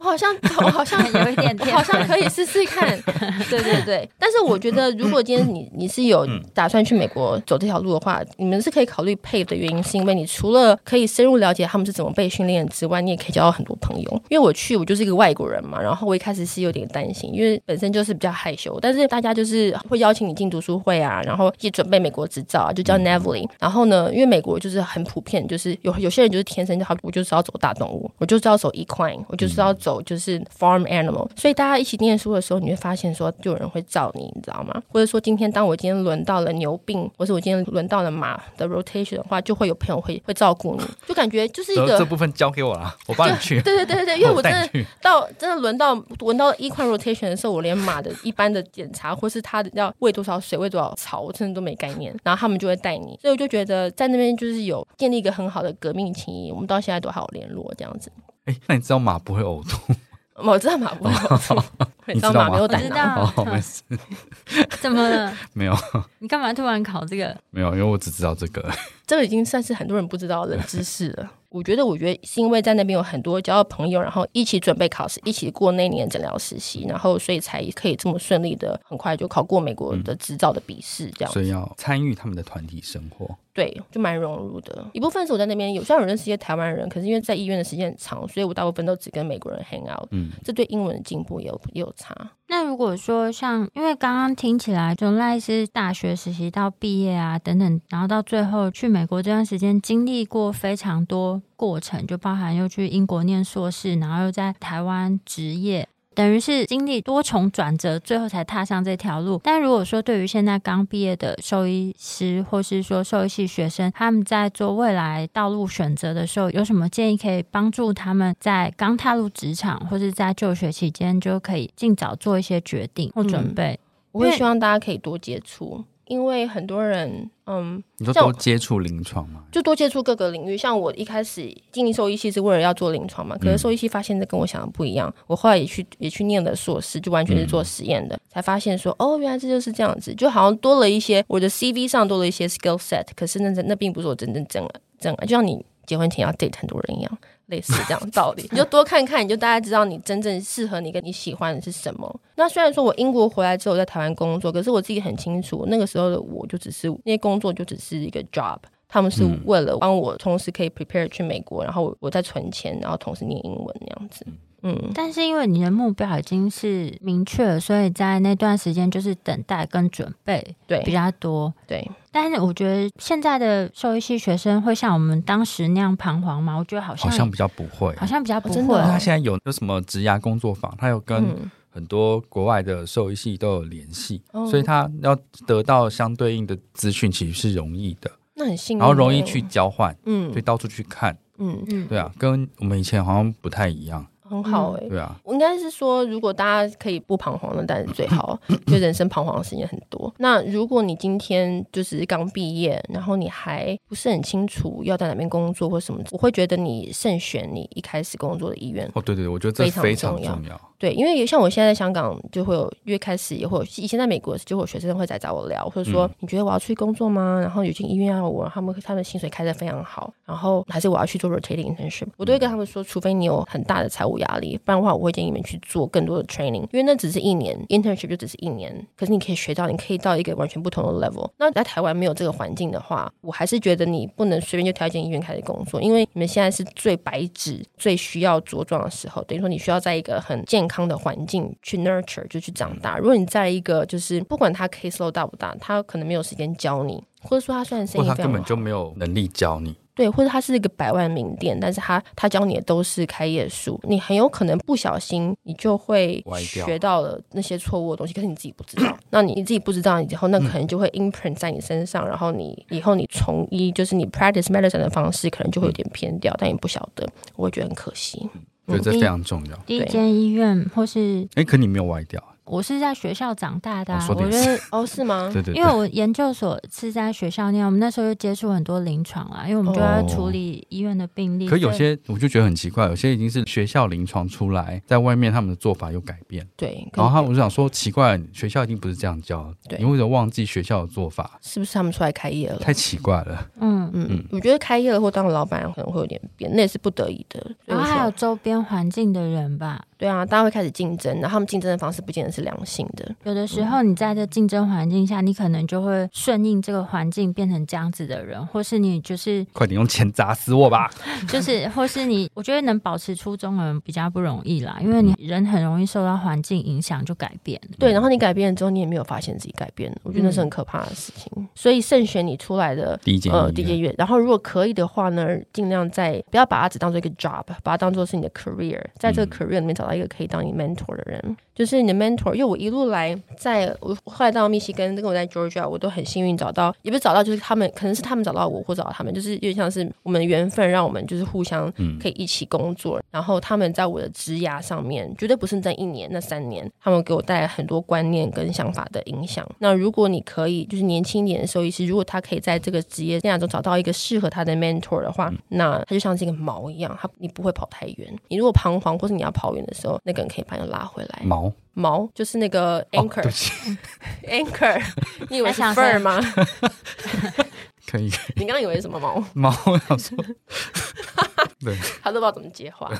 [SPEAKER 3] 我好 像，我好像
[SPEAKER 1] 有一点
[SPEAKER 3] 我
[SPEAKER 1] 天
[SPEAKER 3] 好像可以试试 看。对对对，但是我觉得，如果今天你你是有打算去美国走这条路的话，你们是可以考虑配的原因，是因为你除了可以深入了解他们是怎么被训练之外，你也可以交到很多朋友。因为我去，我就是一个外国人嘛，然后我一开始是有点担心，因为本身就是比较害羞，但是大家就是会邀请你进读书会啊，然后也准备美国执照啊，就叫
[SPEAKER 2] 嗯
[SPEAKER 3] Nevely。然后呢，因为美国就是很普遍，就是有有些人就是天生就好，我就是要走大动物，我就是要走 equine，我就是
[SPEAKER 2] 嗯
[SPEAKER 3] 要走就是 farm animal。所以大家一起念书的时候，你会发现说，就有人会罩你，你知道吗？或者说今天当我今天轮到了牛病，或是我今天轮到了马的 rotation 的话，就会有朋友会会照顾你，就感觉就是一
[SPEAKER 2] 这这
[SPEAKER 3] 个。
[SPEAKER 2] 部分交给我啦，我帮你去，
[SPEAKER 3] 对对对对对，因为我真
[SPEAKER 2] 带
[SPEAKER 3] 的
[SPEAKER 2] 你去。
[SPEAKER 3] 到真的轮到轮到 equine rotation 的时候，我连马的一般的检查，或是它的要喂多少水、喂多少草，我真的都没概念。然后他们就会带你，所以我就觉得在那边就是有建立一个很好的革命情谊，我们到现在都还有联络这样子。
[SPEAKER 2] 哎，那你知道马不会呕吐？
[SPEAKER 3] 嗯我知道马不会，我
[SPEAKER 2] 你
[SPEAKER 3] 也知
[SPEAKER 2] 知道
[SPEAKER 3] 道
[SPEAKER 2] 吗
[SPEAKER 3] 马没有胆
[SPEAKER 1] 我知
[SPEAKER 3] 囊，
[SPEAKER 1] 道
[SPEAKER 2] 哦， 没事，
[SPEAKER 1] 怎么了？
[SPEAKER 2] 没有
[SPEAKER 1] 你干嘛突然考这个？
[SPEAKER 2] 没有，因为我只知道这个。
[SPEAKER 3] 这个已经算是很多人不知道的冷知识了。我觉得，我觉得是因为在那边有很多交到朋友，然后一起准备考试，一起过那年诊疗实习，然后所以才可以这么顺利的，很快就考过美国的执照的笔试，这样子
[SPEAKER 2] 所以要参与他们的团体生活。
[SPEAKER 3] 对，就蛮融入的。一部分是我在那边有，虽然有认识一些台湾人，可是因为在医院的时间很长，所以我大部分都只跟美国人 hang out。
[SPEAKER 2] 嗯，
[SPEAKER 3] 这对英文的进步也有也有差。
[SPEAKER 1] 那如果说像，因为刚刚听起来，总赖是大学实习到毕业啊等等，然后到最后去美国这段时间，经历过非常多过程，就包含又去英国念硕士，然后又在台湾职业。等于是经历多重转折，最后才踏上这条路。但如果说对于现在刚毕业的兽医师，或是说兽医系学生，他们在做未来道路选择的时候，有什么建议可以帮助他们在刚踏入职场或是在就学期间就可以尽早做一些决定或
[SPEAKER 2] 嗯
[SPEAKER 1] 准备？
[SPEAKER 3] 我会
[SPEAKER 1] 因为
[SPEAKER 3] 希望大家可以多接触，因为很多人，嗯，
[SPEAKER 2] 你说
[SPEAKER 3] 像我
[SPEAKER 2] 多接触临床吗？
[SPEAKER 3] 就多接触各个领域。像我一开始进兽医系是为了要做临床嘛，可是兽医系发现这跟我想的不一样。我后来也去也去念了硕士，就完全是做实验的，才发现说哦，原来这就是这样子，就好像多了一些我的 CV 上多了一些 skill set，可是那那并不是我真正真真爱，就像你结婚前要 date 很多人一样。类似这样的道理，你就多看看，你就大概知道你真正适合你跟你喜欢的是什么。那虽然说我英国回来之后在台湾工作，可是我自己很清楚，那个时候的我就只是那些工作就只是一个 job，他
[SPEAKER 2] 嗯
[SPEAKER 3] 们是为了帮我同时可以 prepare 去美国，然后我我在存钱，然后同时念英文那样子。嗯，
[SPEAKER 1] 但是因为你的目标已经是明确了，所以在那段时间就是等待跟准备比
[SPEAKER 3] 对
[SPEAKER 1] 较多。
[SPEAKER 3] 对，
[SPEAKER 1] 但是我觉得现在的兽医系学生会像我们当时那样彷徨吗？我觉得好像
[SPEAKER 2] 好像比较不会。
[SPEAKER 1] 好像比较不
[SPEAKER 3] 哦
[SPEAKER 1] 会。
[SPEAKER 3] 真的
[SPEAKER 2] 那
[SPEAKER 3] 哦
[SPEAKER 2] 他现在有有什么职涯工作坊？他有跟
[SPEAKER 3] 嗯，
[SPEAKER 2] 很多国外的兽医系都有联系，
[SPEAKER 3] 哦
[SPEAKER 2] 所以他要得到相对应的资讯其实是容易的，
[SPEAKER 3] 那很幸运，
[SPEAKER 2] 然后容易去，交换，所以
[SPEAKER 3] 嗯
[SPEAKER 2] 到处去看。
[SPEAKER 3] 嗯，
[SPEAKER 1] 嗯，
[SPEAKER 2] 对啊，跟我们以前好像不太一样。
[SPEAKER 3] 很好哎、
[SPEAKER 2] 对啊，
[SPEAKER 3] 我应该是说，如果大家可以不彷徨的，但是最 好，就人生彷徨的时间很多。那如果你今天就是刚毕业，然后你还不是很清楚要在哪边工作或什么，我会觉得你慎选你一开始工作的医院。
[SPEAKER 2] 哦，对对对，我觉得这非
[SPEAKER 3] 非
[SPEAKER 2] 常
[SPEAKER 3] 常
[SPEAKER 2] 重
[SPEAKER 3] 重要
[SPEAKER 2] 要。
[SPEAKER 3] 对，因为像我现在在香港就会有，因为开始也会有，以前在美国就会有学生会来找我聊，或者说、你觉得我要出去工作吗？然后有些医院要我，他们他们薪水开的非常好，然后还是我要去做 rotating internship，我都会跟他们说，除非你有很大的财务压力，不然的话我会建议你们去做更多的 training，因为那只是一年 internship 就只是一年，可是你可以学到，你可以到一个完全不同的 level。那在台湾没有这个环境的话，我还是觉得你不能随便就挑一间医院开始工作，因为你们现在是最白纸、最需要茁壮的时候，等于说你需要在一个很健康的环境去 nurture，就去长大。如果你在一个就是不管他 case load 大不大，他可能没有时间教你，或者说他虽然生
[SPEAKER 2] 或
[SPEAKER 3] 意
[SPEAKER 2] 他
[SPEAKER 3] 非
[SPEAKER 2] 根
[SPEAKER 3] 常
[SPEAKER 2] 本
[SPEAKER 3] 好
[SPEAKER 2] 就。没有能力教你，
[SPEAKER 3] 对，或者他是一个百万名店，但是他他教你的都是开业术，你很有可能不小心你就会
[SPEAKER 2] 歪掉
[SPEAKER 3] 学到了那些错误的东西，可是你自己不知道。那你你自己不知道，你以后
[SPEAKER 2] 嗯
[SPEAKER 3] 那可能就会 imprint 在你身上，然后你以后你从医就是你 practice medicine 的方式，可能就
[SPEAKER 2] 嗯
[SPEAKER 3] 会有点偏掉，但你不晓得，我会觉得很可惜。
[SPEAKER 2] 我觉得这非常重要。
[SPEAKER 1] 第一间医院或是
[SPEAKER 2] 哎，可你没有歪掉，
[SPEAKER 1] 我是在学校长大的、啊
[SPEAKER 2] 哦，说得
[SPEAKER 1] 我
[SPEAKER 2] 也
[SPEAKER 1] 觉得
[SPEAKER 3] 哦，是吗？
[SPEAKER 2] 对对对，
[SPEAKER 1] 因为我研究所是在学校念，我们那时候就接触很多临床啊啦，因为我们就要处理医院的病例。
[SPEAKER 2] 哦可有
[SPEAKER 1] 所以
[SPEAKER 2] 些我就觉得很奇怪，有些已经是学校临床出来，在外面他们的做法有改变，
[SPEAKER 3] 对，可
[SPEAKER 2] 然后
[SPEAKER 3] 能
[SPEAKER 2] 他们就想说奇怪，学校一定不是这样教，
[SPEAKER 3] 对
[SPEAKER 2] 你为什么忘记学校的做法？
[SPEAKER 3] 是不是他们出来开业了？
[SPEAKER 2] 太奇怪了，
[SPEAKER 1] 嗯，
[SPEAKER 3] 嗯
[SPEAKER 2] 嗯，
[SPEAKER 3] 我觉得开业了或当老板可能会有点变，那也是不得已的。所以
[SPEAKER 1] 然
[SPEAKER 3] 我
[SPEAKER 1] 后
[SPEAKER 3] 希望
[SPEAKER 1] 还有周边环境的人吧，
[SPEAKER 3] 对啊，大家会开始竞争，然后他们竞争的方式不见得是良性的。
[SPEAKER 1] 有的时候
[SPEAKER 3] 嗯
[SPEAKER 1] 你在这竞争环境下，你可能就会顺应这个环境变成这样子的人，或是你就是
[SPEAKER 2] 快点用钱砸死我吧！
[SPEAKER 3] 呃
[SPEAKER 1] 就是，或是你，我觉得能保持初衷的人比较不容易啦，因为你
[SPEAKER 2] 嗯
[SPEAKER 1] 人很容易受到环境影响就改变。
[SPEAKER 3] 对，然后你改变了之后，你也没有发现自己改变了，我觉得那是很可怕的事情。所以慎选你出来的
[SPEAKER 2] 第一间
[SPEAKER 3] 呃
[SPEAKER 2] 医
[SPEAKER 3] 低
[SPEAKER 2] 院
[SPEAKER 3] 阶院，然后如果可以的话呢，尽量在不要把它只当做一个 job，把它当做是你的 career，在这个 career 里面找到一个可以当你 mentor 的人，就是你的 mentor。因为我一路来，在我后来到密西根跟我在 Georgia，我都很幸运找到，也不是找到，就是他们可能是他们找到我，或找到他们，就是有点像是我们的缘分，让我们就是互相
[SPEAKER 2] 嗯
[SPEAKER 3] 可以一起工作。然后他们在我的职涯上面，绝对不是那一年、那三年，他们给我带来很多观念跟想法的影响。那如果你可以，就是年轻一点的兽医师，如果他可以在这个职业生涯中找到一个适合他的 mentor 的
[SPEAKER 2] 嗯
[SPEAKER 3] 话，那他就像是一个锚一样，他你不会跑太远。你如果彷徨或是你要跑远的时候，那个人可以把你拉回来。
[SPEAKER 2] 毛
[SPEAKER 3] 锚就是那个
[SPEAKER 2] 哦对
[SPEAKER 3] anchor，anchor，、
[SPEAKER 2] 不起，
[SPEAKER 3] 你以为是
[SPEAKER 1] 还想说
[SPEAKER 3] fur 吗？
[SPEAKER 2] 可以
[SPEAKER 3] 你刚刚以为是什么锚？
[SPEAKER 2] 毛，我想说，对，
[SPEAKER 3] 他都不知道怎么接话。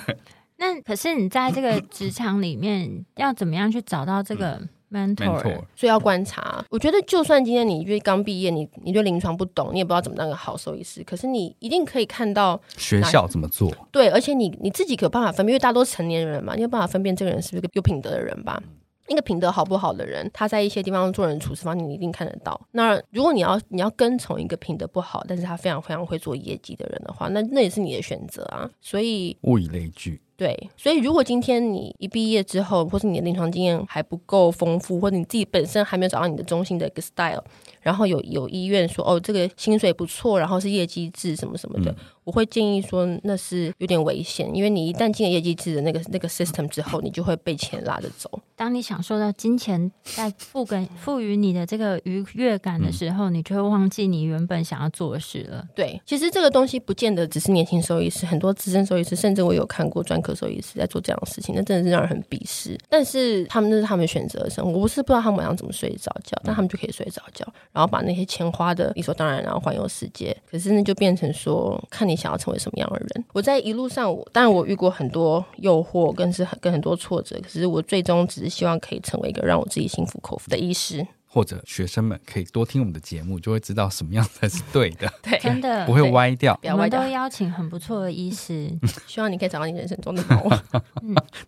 [SPEAKER 1] 那可是你在这 个职场里面，要怎么样去找到这个 mentor？
[SPEAKER 2] 嗯 mentor
[SPEAKER 3] 所以要观察。我觉得，就算今天你因为刚毕业，你你对临床不懂，你也不知道怎么当个好兽医师，可是你一定可以看到
[SPEAKER 2] 学校怎么做？
[SPEAKER 3] 对，而且你你自己可有办法分辨，因为大多成年人嘛，你有办法分辨这个人是不是个有品德的人吧。一个品德好不好的人，他在一些地方做人处事方面，你一定看得到。那如果你要你要跟从一个品德不好，但是他非常非常会做业绩的人的话，那那也是你的选择啊。所以
[SPEAKER 2] 物以类聚，
[SPEAKER 3] 对，所以如果今天你一毕业之后，或是你的临床经验还不够丰富，或者你自己本身还没有找到你的中心的一个 style，然后有有医院说哦，这个薪水不错，然后是业绩制什么什么的，我会建议说那是有点危险，因为你一旦进了业绩制的那个那个 system 之后，你就会被钱拉着走。
[SPEAKER 1] 当你享受到金钱在赋给赋予你的这个愉悦感
[SPEAKER 2] 嗯
[SPEAKER 1] 的时候，你就会忘记你原本想要做的事了。
[SPEAKER 3] 对，其实这个东西不见得只是年轻兽医师，很多资深兽医师，甚至我有看过专科兽医师在做这样的事情，那真的是让人很鄙视。但是他们那是他们选择的生活，我不是不知道他们晚上怎么睡得着觉，但他们就可以睡得着觉，然后把那些钱花的理所当然，然后环游世界。可是那就变成说，看你想要成为什么样的人。我在一路上，我当然我遇过很多诱惑，跟是很跟很多挫折，可是我最终只是希望可以成为一个让我自己心服口服的医师。
[SPEAKER 2] 或者学生们可以多听我们的节目，就会知道什么样才是对的，
[SPEAKER 3] 对，
[SPEAKER 1] 真的
[SPEAKER 2] 哎不，会歪掉。
[SPEAKER 3] 不要
[SPEAKER 1] 我
[SPEAKER 3] 外
[SPEAKER 1] 们
[SPEAKER 3] 掉
[SPEAKER 1] 都，邀请很不错的医师，
[SPEAKER 3] 希望你可以找到你人生中的宝。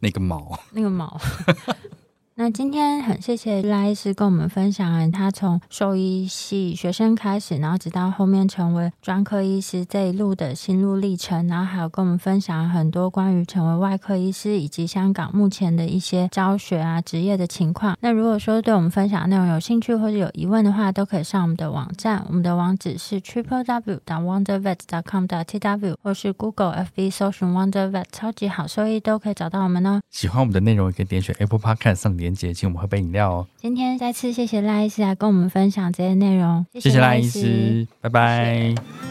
[SPEAKER 2] 那个毛，
[SPEAKER 1] 那个毛。 那今天很谢谢赖医师跟我们分享了他从兽医系学生开始，然后直到后面成为专科医师这一路的心路历程，然后还有跟我们分享很多关于成为外科医师以及香港目前的一些教学啊职业的情况。那如果说对我们分享的内容有兴趣或者有疑问的话，都可以上我们的网站，我们的网址是 triple w wondervet com t w 或是 Google FB 搜寻 wondervet 超级好兽医都可以找到我们哦。
[SPEAKER 2] 喜欢我们的内容，也可以点选 Apple Podcast 上连接，请我们喝杯饮料哦。
[SPEAKER 1] 今天再次谢谢赖医师来跟我们分享这些内容，
[SPEAKER 2] 谢谢赖医师，拜拜。
[SPEAKER 1] 谢谢